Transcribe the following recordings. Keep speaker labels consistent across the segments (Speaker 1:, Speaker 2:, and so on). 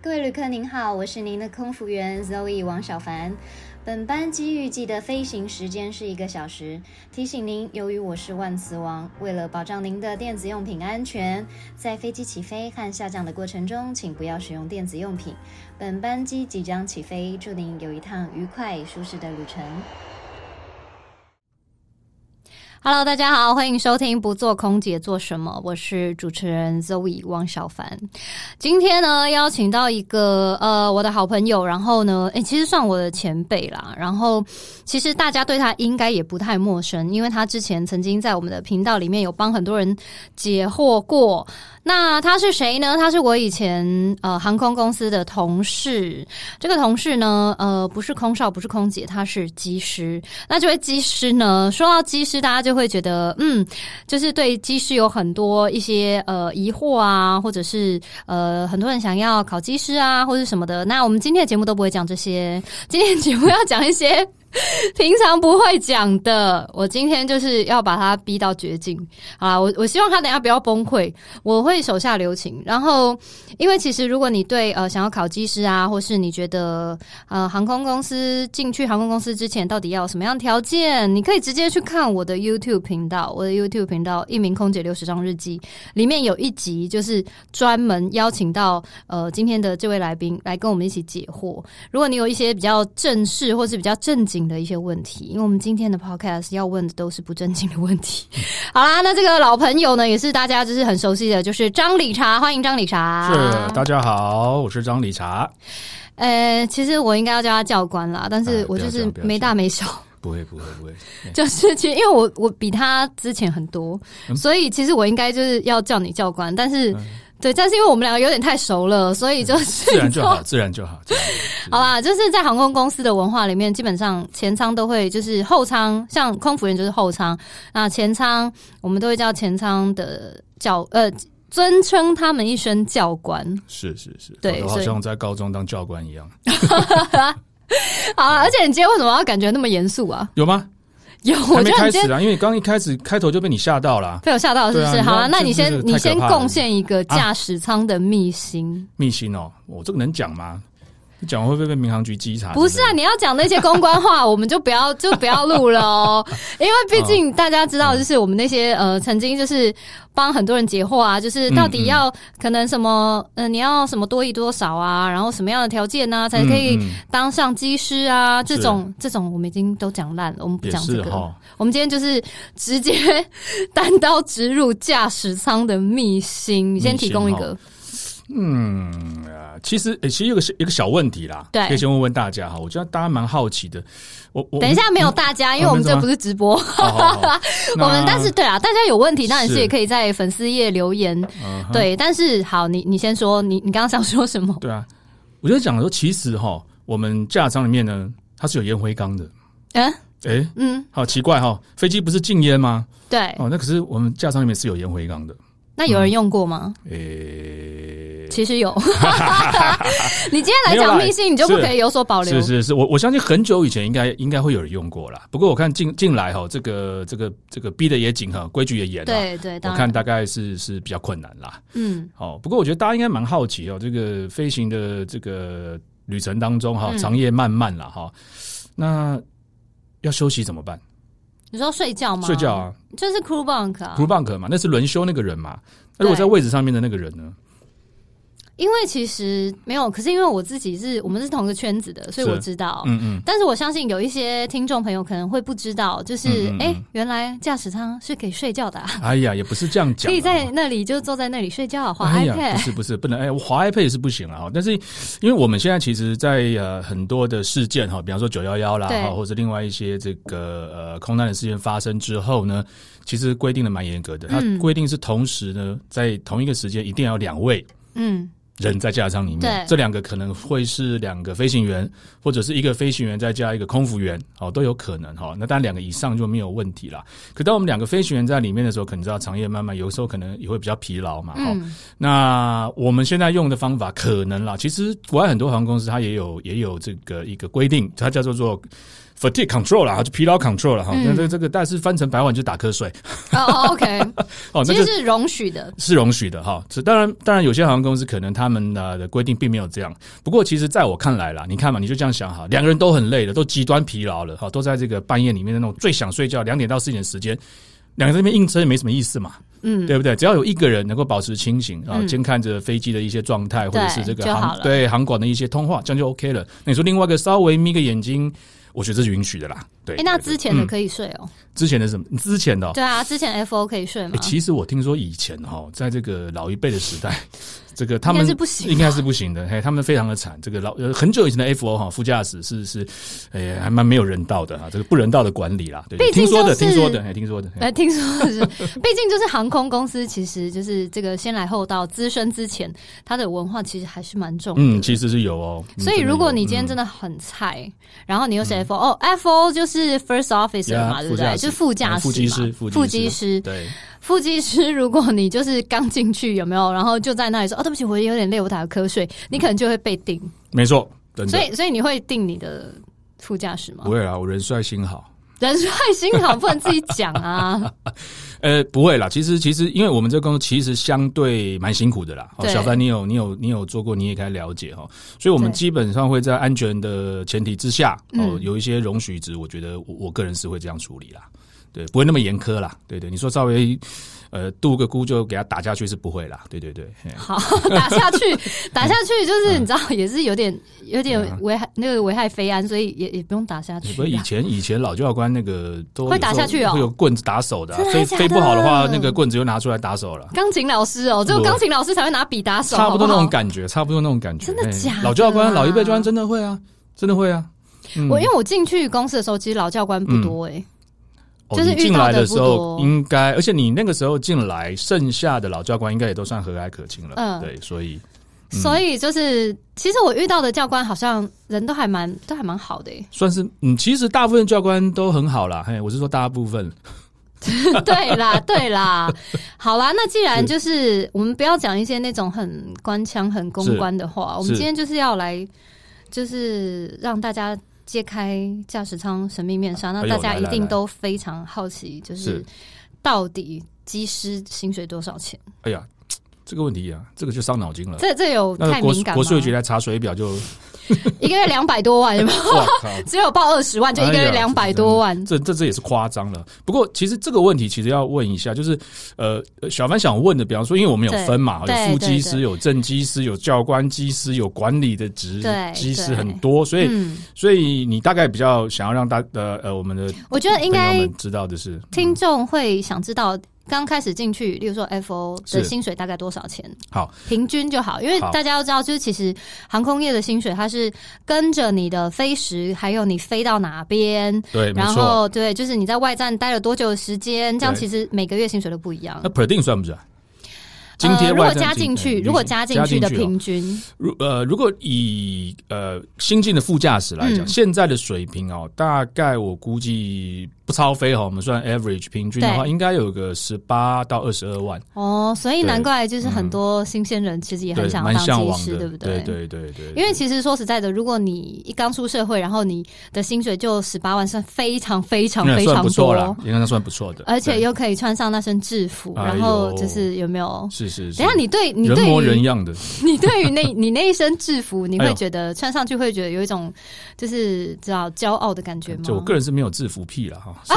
Speaker 1: 各位旅客您好，我是您的空服员 Zoe 王小凡。本班机预计的飞行时间是一个小时。提醒您，由于我是万磁王，为了保障您的电子用品安全，在飞机起飞和下降的过程中，请不要使用电子用品。本班机即将起飞，祝您有一趟愉快舒适的旅程。Hello，大家好，欢迎收听《不做空姐做什么》，我是主持人 Zoe 汪小凡。今天呢，邀请到一个呃我的好朋友，然后呢，诶，其实算我的前辈啦。然后其实大家对他应该也不太陌生，因为他之前曾经在我们的频道里面有帮很多人解惑过。那他是谁呢？他是我以前呃航空公司的同事。这个同事呢，呃，不是空少，不是空姐，他是机师。那这位机师呢，说到机师，大家就会觉得，嗯，就是对机师有很多一些呃疑惑啊，或者是呃很多人想要考机师啊，或者什么的。那我们今天的节目都不会讲这些， 今天的节目要讲一些 平常不会讲的。我今天就是要把他逼到绝境。好啦，我我希望他等一下不要崩溃，我会手下留情。然后，因为其实如果你对呃想要考机师啊，或是你觉得呃航空公司进去航空公司之前到底要有什么样的条件，你可以直接去看我的 YouTube 频道，我的 YouTube 频道《一名空姐六十张日记》里面有一集就是专门邀请到呃今天的这位来宾来跟我们一起解惑。如果你有一些比较正式或是比较正经的一些问题，因为我们今天的 Podcast 要问的都是不正经的问题。好啦，那这个老朋友呢，也是大家就是很熟悉的，就是张理查，欢迎张理查。
Speaker 2: 是，大家好，我是张理查。
Speaker 1: 呃，其实我应该要叫他教官啦，但是
Speaker 2: 哎
Speaker 1: 我就
Speaker 2: 不要这哎
Speaker 1: 是
Speaker 2: 样不要这样
Speaker 1: 没大没小，
Speaker 2: 不会，不会，不会。
Speaker 1: 就是其实因为我我比他之前很多，
Speaker 2: 嗯
Speaker 1: 所以其实我应该就是要叫你教官，但是、对，但是因为我们两个有点太熟了，所以就是
Speaker 2: 嗯自然就 好，自然就好。自然就
Speaker 1: 好，啦，就是在航空公司的文化里面，基本上前舱都会就是后舱，像空服员就是后舱，那前舱我们都会叫前舱的教呃。尊称他们一声教官。
Speaker 2: 是是是，
Speaker 1: 对
Speaker 2: 我
Speaker 1: 所
Speaker 2: 好
Speaker 1: 以
Speaker 2: 像在高中当教官一样，
Speaker 1: 好
Speaker 2: 嗯
Speaker 1: 啊，而且你今天为什么要感觉那么严肃啊？
Speaker 2: 有吗？
Speaker 1: 有，
Speaker 2: 还
Speaker 1: 我
Speaker 2: 没
Speaker 1: 觉得
Speaker 2: 开
Speaker 1: 你今
Speaker 2: 始
Speaker 1: 天
Speaker 2: 啊，因为刚一开始开头就被你吓到了。
Speaker 1: 被我吓到，是不是？
Speaker 2: 对啊
Speaker 1: 好啊，
Speaker 2: 你知道
Speaker 1: 那你先
Speaker 2: 这这
Speaker 1: 你
Speaker 2: 这太
Speaker 1: 先
Speaker 2: 可怕了
Speaker 1: 贡献一个驾驶舱的秘辛。
Speaker 2: 密信哦，我这个能讲吗？讲会不会被民航局稽查？
Speaker 1: 不是啊，
Speaker 2: 对
Speaker 1: 你要讲那些公关 话，我们就不要就不要录了哦，因为毕竟大家知道，就是我们那些呃曾经就是帮很多人解惑啊，就是到底
Speaker 2: 嗯
Speaker 1: 要可能什么呃你要什么多益多少啊，然后什么样的条件呢、啊、才
Speaker 2: 不对
Speaker 1: 可以
Speaker 2: 嗯嗯
Speaker 1: 当上机师啊？这
Speaker 2: 是
Speaker 1: 种这种我们已经都讲烂了，我们不
Speaker 2: 嗯也
Speaker 1: 讲这
Speaker 2: 是
Speaker 1: 个。
Speaker 2: 哈，
Speaker 1: 我们今天就是直接 单刀直入驾驶舱的秘辛，你先提供一
Speaker 2: 秘
Speaker 1: 个。
Speaker 2: 嗯，呃其实诶，其实有个小一个小问题啦，
Speaker 1: 对
Speaker 2: 可以先问问大家哈。我觉得大家蛮好奇的，我我
Speaker 1: 等一下没有大家，因为
Speaker 2: 哦
Speaker 1: 我们
Speaker 2: 没什
Speaker 1: 这
Speaker 2: 么
Speaker 1: 不是直 播，
Speaker 2: 好好好那
Speaker 1: 我们但是对啊，大家有问题当然是
Speaker 2: 是
Speaker 1: 也可以在粉丝页留言。
Speaker 2: 嗯哼
Speaker 1: 对，但是好，你你先说，你你刚刚想说什么？
Speaker 2: 对啊，我就讲说，其实哈，我们驾舱里面呢，它是有烟灰缸的。
Speaker 1: 嗯
Speaker 2: 诶，
Speaker 1: 嗯，
Speaker 2: 好奇怪哈、飞机不是禁烟吗？
Speaker 1: 对，
Speaker 2: 哦，那可是我们驾舱里面是有烟灰缸的。
Speaker 1: 那有人用过吗？
Speaker 2: 嗯诶、
Speaker 1: 其实 有。你今天来
Speaker 2: 没有
Speaker 1: 讲
Speaker 2: 啦
Speaker 1: 密信，你就不
Speaker 2: 是
Speaker 1: 可以有所保留
Speaker 2: 是。是是，我我相信很久以前应该应该会有人用过啦。不过我看近近来哈、这个这个这个逼的也紧哈，规矩也严啦。
Speaker 1: 对对，
Speaker 2: 我
Speaker 1: 当
Speaker 2: 看
Speaker 1: 然，
Speaker 2: 大概是是比较困难啦。
Speaker 1: 嗯，
Speaker 2: 哦，不过我觉得大家应该蛮好奇哦，这个飞行的这个旅程当中哈、
Speaker 1: 嗯
Speaker 2: 长夜漫漫啦哈、那要休息怎么办？
Speaker 1: 你说睡觉吗？
Speaker 2: 睡觉，啊
Speaker 1: 就是 crew bunk 啊
Speaker 2: g r o u p bunk 嘛，那是轮休那个人嘛。那如果在位置上面的那个人呢？
Speaker 1: 因为其实没有，可是因为我自己是我们是同一个圈子的，所以
Speaker 2: 是
Speaker 1: 我知道。
Speaker 2: 嗯嗯，
Speaker 1: 但是我相信有一些听众朋友可能会不知道，就是哎、
Speaker 2: 嗯嗯嗯
Speaker 1: 诶原来驾驶舱是可以睡觉的、啊，
Speaker 2: 哎呀，也不是这样讲啊，
Speaker 1: 可以在那里就坐在那里睡觉、滑
Speaker 2: 哎呀，不
Speaker 1: iPad。
Speaker 2: 是不是，不能哎，我滑 iPad 是不行了哈。但是因为我们现在其实在，呃很多的事件哈，比方说九幺幺啦，
Speaker 1: 对
Speaker 2: 哈，或者另外一些这个呃空难的事件发生之后呢，其实规定的蛮严格的。它
Speaker 1: 嗯
Speaker 2: 规定是同时呢，在同一个时间一定要两位
Speaker 1: 嗯，
Speaker 2: 人在驾舱里面
Speaker 1: 对，
Speaker 2: 这两个可能会是两个飞行员，或者是一个飞行员再加一个空服员，哦，都有可能哈、哦。那当然两个以上就没有问题啦。可当我们两个飞行员在里面的时候，可能知道长夜漫漫，有时候可能也会比较疲劳嘛。哦，
Speaker 1: 嗯
Speaker 2: 那我们现在用的方法可能啦，其实国外很多航空公司它也有也有这个一个规定，它叫做做 fatigue control 啦，就疲劳 control 了哈。
Speaker 1: 嗯
Speaker 2: 那这这个，但是翻成白话就打瞌睡
Speaker 1: 哦，OK，
Speaker 2: 哦，那
Speaker 1: 其
Speaker 2: 就
Speaker 1: 实是容许的，
Speaker 2: 是容许的哈。这当然，当然有些航空公司可能他们呃的规定并没有这样。不过，其实在我看来啦，你看嘛，你就这样想哈，两个人都很累了，都极端疲劳了哈，都在这个半夜里面的那种最想睡觉两点到四点的时间，两个人这边硬撑也没什么意思嘛。
Speaker 1: 嗯，
Speaker 2: 对不对？只要有一个人能够保持清醒啊，
Speaker 1: 嗯
Speaker 2: 监看着飞机的一些状态，或者是这
Speaker 1: 就
Speaker 2: 个
Speaker 1: 好
Speaker 2: 航
Speaker 1: 了
Speaker 2: 对航管的一些通话，这样就 OK 了。那你说另外一个稍微眯个眼睛，我觉得这是允许的啦。对，
Speaker 1: 哎，那
Speaker 2: 对对
Speaker 1: 之前的
Speaker 2: 嗯
Speaker 1: 可以睡哦，
Speaker 2: 之前的是什么？之前的哦、
Speaker 1: 对啊，之前 FO 可以睡
Speaker 2: 诶
Speaker 1: 吗？
Speaker 2: 哎其实我听说以前哈、哦，在这个老一辈的时代， 这个他们
Speaker 1: 应该是不行啊吧
Speaker 2: 应该是不行的。嘿，他们非常的惨。这个老呃很久以前的 FO 哈、副驾驶是是，诶、还蛮没有人道的哈、这个不人道的管理啦。对，
Speaker 1: 毕
Speaker 2: 对
Speaker 1: 竟
Speaker 2: 听说的，
Speaker 1: 就是
Speaker 2: 听说的，嘿，听说的。嘿
Speaker 1: 来，听说是，毕竟就是航空公司，其实就是这个先来后到，资深之前，它的文化其实还是蛮重的。
Speaker 2: 嗯，其实是有哦。嗯
Speaker 1: 所以，
Speaker 2: 真的
Speaker 1: 如果
Speaker 2: 有
Speaker 1: 你今天真的很菜，然后你又是 FO，、哦，FO 就是 first officer
Speaker 2: 呀
Speaker 1: 嘛，对不
Speaker 2: 副驾
Speaker 1: 对？
Speaker 2: 驶
Speaker 1: 就是副驾驶嘛、
Speaker 2: 嗯副机师副机师
Speaker 1: 副机师，
Speaker 2: 对。
Speaker 1: 副机师。如果你就是刚进去，有没有？然后就在那里说：“
Speaker 2: 嗯
Speaker 1: 哦，对不起，我有点累，我打个瞌睡。”你可能就会被定。
Speaker 2: 没错，真的。
Speaker 1: 所以，所以你会定你的副驾驶吗
Speaker 2: 不？会啦，啊我人帅心好。
Speaker 1: 人帅心好，不能自己讲 啊。
Speaker 2: 呃，不会啦，其实其实，因为我们这个工作其实相对蛮辛苦的啦。哦
Speaker 1: 对
Speaker 2: 小凡，你有你有你有做过，你也该了解哈。所以，我们
Speaker 1: 对
Speaker 2: 基本上会在安全的前提之下，哦
Speaker 1: 嗯，
Speaker 2: 有一些容许值，我觉得我我个人是会这样处理啦。对，不会那么严苛啦。对对，你说稍微呃度个孤就给他打下去是不会啦。对对对，嘿
Speaker 1: 好，打下 去，打下去，
Speaker 2: 嗯
Speaker 1: 就是你知道，也是有点有点危害那个危害非安，所以也也不用打下去
Speaker 2: 不是以
Speaker 1: 啊。
Speaker 2: 前以前老教官那个都
Speaker 1: 会打
Speaker 2: 有时候
Speaker 1: 下去哦
Speaker 2: 会有棍子打手的啊、
Speaker 1: 真的
Speaker 2: 飞
Speaker 1: 假
Speaker 2: 飞不好的话，
Speaker 1: 的
Speaker 2: 那个棍子又拿出来打手了。
Speaker 1: 钢琴老师哦，只有
Speaker 2: 对
Speaker 1: 钢琴老师才会拿笔打手，
Speaker 2: 差不多那
Speaker 1: 好
Speaker 2: 种
Speaker 1: 好
Speaker 2: 感觉，差不多那种感觉。
Speaker 1: 真的
Speaker 2: 哎
Speaker 1: 假的
Speaker 2: 老教官、
Speaker 1: 啊
Speaker 2: 老一辈教官真的会啊，真的会啊。嗯
Speaker 1: 我因为我进去公司的时候，其实老教官不多哎、
Speaker 2: 哦
Speaker 1: 就是
Speaker 2: 你
Speaker 1: 遇
Speaker 2: 进
Speaker 1: 到
Speaker 2: 来
Speaker 1: 的
Speaker 2: 的
Speaker 1: 不
Speaker 2: 时候
Speaker 1: 多
Speaker 2: 应该，而且你那个时候进来，剩下的老教官应该也都算和蔼可亲了。
Speaker 1: 嗯
Speaker 2: 对，所以嗯。
Speaker 1: 所以就是其实我遇到的教官好像人都还蛮都还蛮好的、欸
Speaker 2: 算是嗯，其实大部分教官都很好啦。嘿，我是说大部分。
Speaker 1: 对 啦，对啦，好啦，那既然就是我们不要讲一些那种很官腔、很公关的话，我们
Speaker 2: 是
Speaker 1: 今天就是要来就是让大家。揭开驾驶舱神秘面纱，那
Speaker 2: 哎呦
Speaker 1: 大家
Speaker 2: 来
Speaker 1: 一
Speaker 2: 来
Speaker 1: 定
Speaker 2: 来
Speaker 1: 都非常好奇，就是
Speaker 2: 是
Speaker 1: 到底机师薪水多少钱？
Speaker 2: 哎呀，这个问题啊，这个就伤脑筋了。
Speaker 1: 这这有
Speaker 2: 那
Speaker 1: 太
Speaker 2: 个国
Speaker 1: 敏感吗？
Speaker 2: 国税局来查水表就，
Speaker 1: 一个月两百多万，有没 有
Speaker 2: 哇靠！
Speaker 1: 只有报二十万，就一个月
Speaker 2: 哎呀
Speaker 1: 两百多万。
Speaker 2: 这这这也是夸张了。不过其实这个问题其实要问一下，就是呃，小凡想问的，比方说，因为我们有分嘛，
Speaker 1: 对
Speaker 2: 有
Speaker 1: 对
Speaker 2: 副机
Speaker 1: 对
Speaker 2: 师、有正机师、有教官机师、有管理的职
Speaker 1: 对
Speaker 2: 机师
Speaker 1: 对
Speaker 2: 很多，所以、
Speaker 1: 嗯，
Speaker 2: 所以你大概比较想要让大呃呃我们的
Speaker 1: 我觉得应
Speaker 2: 朋友
Speaker 1: 该
Speaker 2: 们知道的是，
Speaker 1: 听众会想知道。刚开始进去，例如说 FO 的
Speaker 2: 是
Speaker 1: 薪水大概多少钱？
Speaker 2: 好，
Speaker 1: 平均就好，因为
Speaker 2: 好
Speaker 1: 大家要知道，就是其实航空业的薪水它是跟着你的飞时，还有你飞到哪边，
Speaker 2: 对，没
Speaker 1: 然
Speaker 2: 错。
Speaker 1: 后对，就是你在外站待了多久的时间，这样
Speaker 2: 对
Speaker 1: 其实每个月薪水都不一样
Speaker 2: 那。per 定算不算？津贴
Speaker 1: 呃、如
Speaker 2: 外
Speaker 1: 果
Speaker 2: 站
Speaker 1: 加
Speaker 2: 津
Speaker 1: 进去，
Speaker 2: 嗯
Speaker 1: 如果
Speaker 2: 旅行
Speaker 1: 加进
Speaker 2: 加
Speaker 1: 去
Speaker 2: 进
Speaker 1: 的
Speaker 2: 去哦
Speaker 1: 平均，
Speaker 2: 如呃，如果以呃新进的副驾驶来讲，
Speaker 1: 嗯
Speaker 2: 现在的水平哦，大概我估计不超飞哈、哦，我们算 average 平均的话，
Speaker 1: 对
Speaker 2: 应该有个十八到二十二万，
Speaker 1: 哦，所以
Speaker 2: 对嗯
Speaker 1: 难怪就是很多新鲜人其实也很
Speaker 2: 对，
Speaker 1: 想
Speaker 2: 蛮
Speaker 1: 要
Speaker 2: 向
Speaker 1: 当技
Speaker 2: 往
Speaker 1: 师，
Speaker 2: 的，
Speaker 1: 不
Speaker 2: 对？对对对
Speaker 1: 因为其实说实在的，如果你一刚出社会，然后你的薪水就十八万，算非常非常
Speaker 2: 那
Speaker 1: 非
Speaker 2: 算
Speaker 1: 常
Speaker 2: 不错了
Speaker 1: 多，，
Speaker 2: 应该算不错的，
Speaker 1: 而且
Speaker 2: 对
Speaker 1: 又可以穿上那身制服，
Speaker 2: 哎呦
Speaker 1: 然后就是有没有？
Speaker 2: 是是是
Speaker 1: 等一下，你对你
Speaker 2: 人
Speaker 1: 对
Speaker 2: 模人
Speaker 1: 于
Speaker 2: 样的，
Speaker 1: 你对于那你那一身制服，你
Speaker 2: 哎
Speaker 1: 会
Speaker 2: 呦
Speaker 1: 觉得穿上去会觉得有一种就是知道骄傲的感觉吗？
Speaker 2: 哎就我个人是没有制服癖了哈。所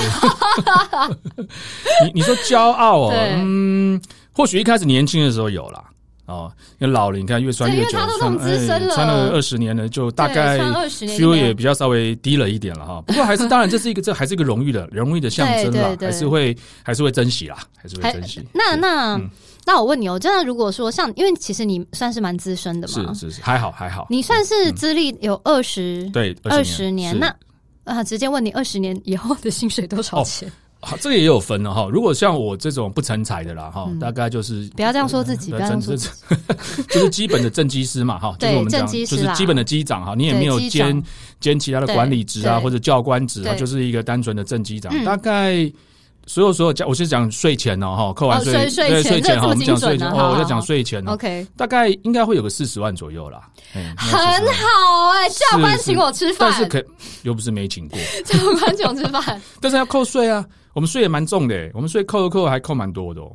Speaker 2: 以 你你说骄傲哦，
Speaker 1: 对
Speaker 2: 嗯，或许一开始年轻的时候有啦。哦，因为老了，你看越穿
Speaker 1: 对
Speaker 2: 越
Speaker 1: 因
Speaker 2: 久，
Speaker 1: 为他都这么
Speaker 2: 穿哎
Speaker 1: 资深了
Speaker 2: 穿了二十年了，就大
Speaker 1: 对
Speaker 2: 概
Speaker 1: 穿二十年
Speaker 2: feel
Speaker 1: 应该
Speaker 2: 也比较稍微低了一点了哈。不过 还是，当然这是一个，这还是一个荣誉的荣誉的象征
Speaker 1: 对对
Speaker 2: 啦，
Speaker 1: 对
Speaker 2: 还是会还是会珍惜啦，还是会珍惜。
Speaker 1: 那
Speaker 2: 对
Speaker 1: 那、
Speaker 2: 嗯
Speaker 1: 那我问你哦，真的如果说像，因为其实你算是蛮资深的嘛
Speaker 2: 是，是是，还好还好，
Speaker 1: 你算是资历有二十、
Speaker 2: 对
Speaker 1: 二十年，
Speaker 2: 是
Speaker 1: 那啊，直接问你二十年以后的薪水多
Speaker 2: 哦
Speaker 1: 少钱？
Speaker 2: 好，这个也有分了哈。如果像我这种不成才的啦哈
Speaker 1: 嗯，
Speaker 2: 大概就是
Speaker 1: 不要这样说自己，
Speaker 2: 呃
Speaker 1: 不要这样说
Speaker 2: 真
Speaker 1: 自己。
Speaker 2: 就是基本的正机师 嘛，哈，就是
Speaker 1: 对
Speaker 2: 我们讲
Speaker 1: 正机师
Speaker 2: 就
Speaker 1: 啦
Speaker 2: 是基本的机长哈，你也没有
Speaker 1: 对机长
Speaker 2: 兼兼其他的管理职啊
Speaker 1: 对对
Speaker 2: 或者教官职啊，
Speaker 1: 对
Speaker 2: 就是一个单纯的正机长
Speaker 1: 嗯，
Speaker 2: 大概所有所有加，我是讲税前哦，哈，扣完
Speaker 1: 哦
Speaker 2: 税
Speaker 1: 税税
Speaker 2: 对
Speaker 1: 前
Speaker 2: 税
Speaker 1: 这这
Speaker 2: 前哈，
Speaker 1: 么
Speaker 2: 我们
Speaker 1: 精
Speaker 2: 讲税
Speaker 1: 准
Speaker 2: 前
Speaker 1: 啊好
Speaker 2: 哦，我
Speaker 1: 好
Speaker 2: 在
Speaker 1: 好
Speaker 2: 讲税前哦，
Speaker 1: OK，
Speaker 2: 大概应该会有个四十万左右啦，嗯
Speaker 1: 很好哎、教官请我吃饭
Speaker 2: 但，是可又不是没请过，
Speaker 1: 教官请我吃 饭。
Speaker 2: 但是要扣税啊，我们税也蛮重的欸，我们税扣一扣还扣蛮多的哦，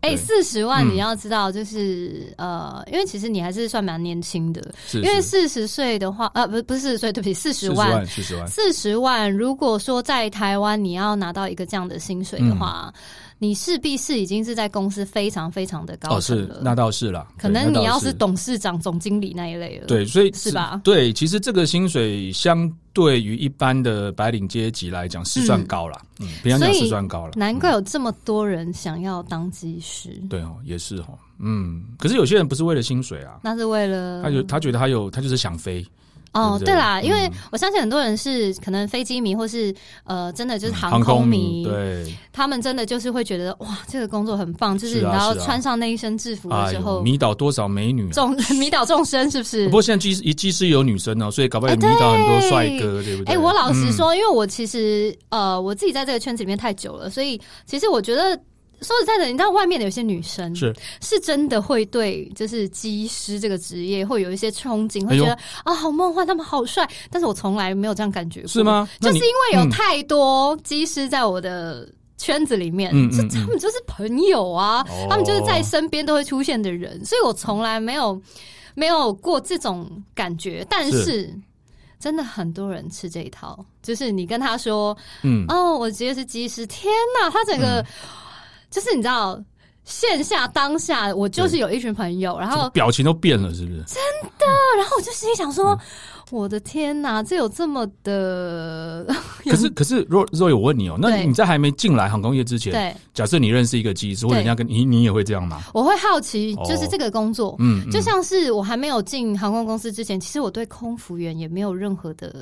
Speaker 1: 哎、
Speaker 2: 对
Speaker 1: 四十万
Speaker 2: 嗯
Speaker 1: 你要知道，就是、呃，因为其实你还是算蛮年轻的，
Speaker 2: 是
Speaker 1: 因为
Speaker 2: 是
Speaker 1: 四十岁的话，呃，不不是四十岁，对不起，四
Speaker 2: 四
Speaker 1: 十
Speaker 2: 十
Speaker 1: 万，
Speaker 2: 万四十万，
Speaker 1: 四十万，如果说在台湾你要拿到一个这样的薪水的话，
Speaker 2: 嗯
Speaker 1: 你势必是已经是在公司非常非常的高
Speaker 2: 哦
Speaker 1: 层
Speaker 2: 是
Speaker 1: 了。
Speaker 2: 那倒是啦，
Speaker 1: 可
Speaker 2: 对
Speaker 1: 能
Speaker 2: 那
Speaker 1: 你
Speaker 2: 倒
Speaker 1: 要
Speaker 2: 是
Speaker 1: 是董事长、总经理那一类了。，
Speaker 2: 对，所以
Speaker 1: 是吧
Speaker 2: 对，其实这个薪水相对于一般的白领阶级来讲是算高了，嗯，平常讲
Speaker 1: 所
Speaker 2: 是
Speaker 1: 以嗯
Speaker 2: 算高了，
Speaker 1: 难怪有这么多人想要当技师，
Speaker 2: 对哦，也是哦，嗯，可是有些人不是为了薪水啊，
Speaker 1: 那是为了
Speaker 2: 他就他觉得他有他就是想飞，
Speaker 1: 哦，
Speaker 2: 对不对
Speaker 1: 对啦，
Speaker 2: 嗯
Speaker 1: 因为我相信很多人是可能飞机迷，或是呃，真的就是
Speaker 2: 嗯航
Speaker 1: 空
Speaker 2: 迷
Speaker 1: 迷，
Speaker 2: 对，
Speaker 1: 他们真的就是会觉得哇，这个工作很棒，就是你
Speaker 2: 是啊
Speaker 1: 要
Speaker 2: 是啊
Speaker 1: 穿上那一身制服的
Speaker 2: 哎
Speaker 1: 时
Speaker 2: 呦，
Speaker 1: 候，
Speaker 2: 迷倒多少美女啊！
Speaker 1: 众 迷倒众生，是不是？
Speaker 2: 不过现在技师技师也有女生哦，所以搞不好
Speaker 1: 哎
Speaker 2: 也迷倒很多
Speaker 1: 对
Speaker 2: 帅哥，对不
Speaker 1: 哎、
Speaker 2: 对？
Speaker 1: 我老实
Speaker 2: 嗯，
Speaker 1: 说，因为我其实呃，我自己在这个圈子里面太久了，所以其实我觉得说实在的，你知道外面的有些女生
Speaker 2: 是
Speaker 1: 是真的会对就是机师这个职业会有一些憧憬，
Speaker 2: 哎
Speaker 1: 会
Speaker 2: 呦
Speaker 1: 觉得、啊好梦幻，他们好帅，但是我从来没有这样感觉过，
Speaker 2: 是？吗？
Speaker 1: 就
Speaker 2: 那
Speaker 1: 是
Speaker 2: 你
Speaker 1: 因为有
Speaker 2: 嗯
Speaker 1: 太多机师在我的。圈子里面，
Speaker 2: 嗯嗯
Speaker 1: 就
Speaker 2: 嗯
Speaker 1: 他们就是朋友啊，
Speaker 2: 哦
Speaker 1: 他们就是在身边都会出现的人，所以我从来没有没有过这种感觉。但
Speaker 2: 是
Speaker 1: 是真的很多人吃这一套，就是你跟他说
Speaker 2: 嗯，
Speaker 1: 哦，我职业是技师，天哪，他整个、就是你知道。线下当下，我就是有一群朋友，然
Speaker 2: 这
Speaker 1: 后
Speaker 2: 个表情都变了，是不是？
Speaker 1: 然后我就心里想
Speaker 2: 嗯
Speaker 1: 说，我的天哪，这有这么 的
Speaker 2: 可是可是，若若有我问你哦，那
Speaker 1: 对
Speaker 2: 你在还没进来航空业之前，
Speaker 1: 对，
Speaker 2: 假设你认识一个技师，或者
Speaker 1: 对
Speaker 2: 人家跟你，你也会这样吗？
Speaker 1: 我会好奇，
Speaker 2: 哦
Speaker 1: 就是这个工作，
Speaker 2: 嗯，嗯
Speaker 1: 就像是我还没有进航空公司之前，其实我对空服员也没有任何的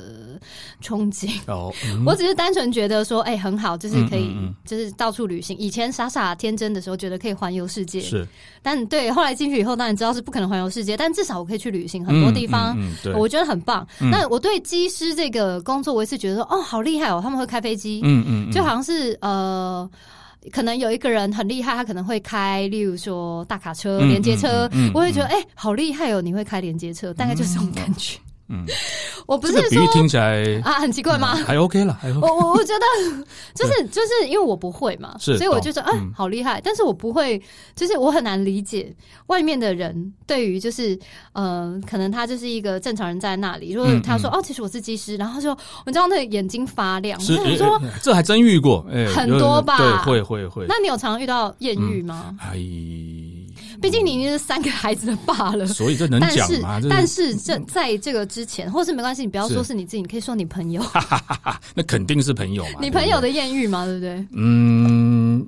Speaker 1: 憧憬。
Speaker 2: 哦，嗯
Speaker 1: 我只是单纯觉得说，哎、很好，就是可以，
Speaker 2: 嗯嗯嗯
Speaker 1: 就是到处旅行。以前傻傻天真的时候，觉得可以环游世界，
Speaker 2: 是
Speaker 1: 但对后来进去以后，当然知道是不可能环游世界，但至少我可以去旅行很多地方。
Speaker 2: 嗯嗯嗯对，
Speaker 1: 我觉得很棒。
Speaker 2: 嗯
Speaker 1: 那我对机师这个工作，我也是觉得说，哦，好厉害哦，他们会开飞机，
Speaker 2: 嗯嗯，嗯
Speaker 1: 就好像是呃，可能有一个人很厉害，他可能会开，例如说大卡车、
Speaker 2: 嗯
Speaker 1: 连接车，
Speaker 2: 嗯嗯嗯
Speaker 1: 我会觉得哎、好厉害哦，你会开连接车，大概就是这种感觉。
Speaker 2: 嗯，
Speaker 1: 我不
Speaker 2: 这
Speaker 1: 是
Speaker 2: 个比
Speaker 1: 说
Speaker 2: 喻听起来
Speaker 1: 啊，很奇怪吗？
Speaker 2: 还 OK 了，还 OK，
Speaker 1: 我我我觉得就是就是因为我不会嘛，
Speaker 2: 是
Speaker 1: 所以我就说啊
Speaker 2: 懂嗯，
Speaker 1: 好厉害！但是我不会，就是我很难理解外面的人对于就是呃，可能他就是一个正常人在那里，如果
Speaker 2: 嗯
Speaker 1: 他说哦，其实我是技师，然后就我知道那个眼睛发亮，我
Speaker 2: 是
Speaker 1: 就想说，
Speaker 2: 哎哎这还真遇过，哎，
Speaker 1: 很
Speaker 2: 有
Speaker 1: 多吧
Speaker 2: 对，会会会，
Speaker 1: 那你有常遇到艳遇吗？
Speaker 2: 哎，
Speaker 1: 毕竟你已经是三个孩子的爸了。
Speaker 2: 所以这能
Speaker 1: 但
Speaker 2: 讲
Speaker 1: 是
Speaker 2: 吗？这，嗯
Speaker 1: 但是这在这个之前，或是没关系，你不要
Speaker 2: 是
Speaker 1: 说是你自己，你可以说你朋 友，
Speaker 2: 那肯定是朋友嘛，
Speaker 1: 你
Speaker 2: 对不
Speaker 1: 朋友
Speaker 2: 对，
Speaker 1: 的艳遇嘛，对不对？
Speaker 2: 嗯。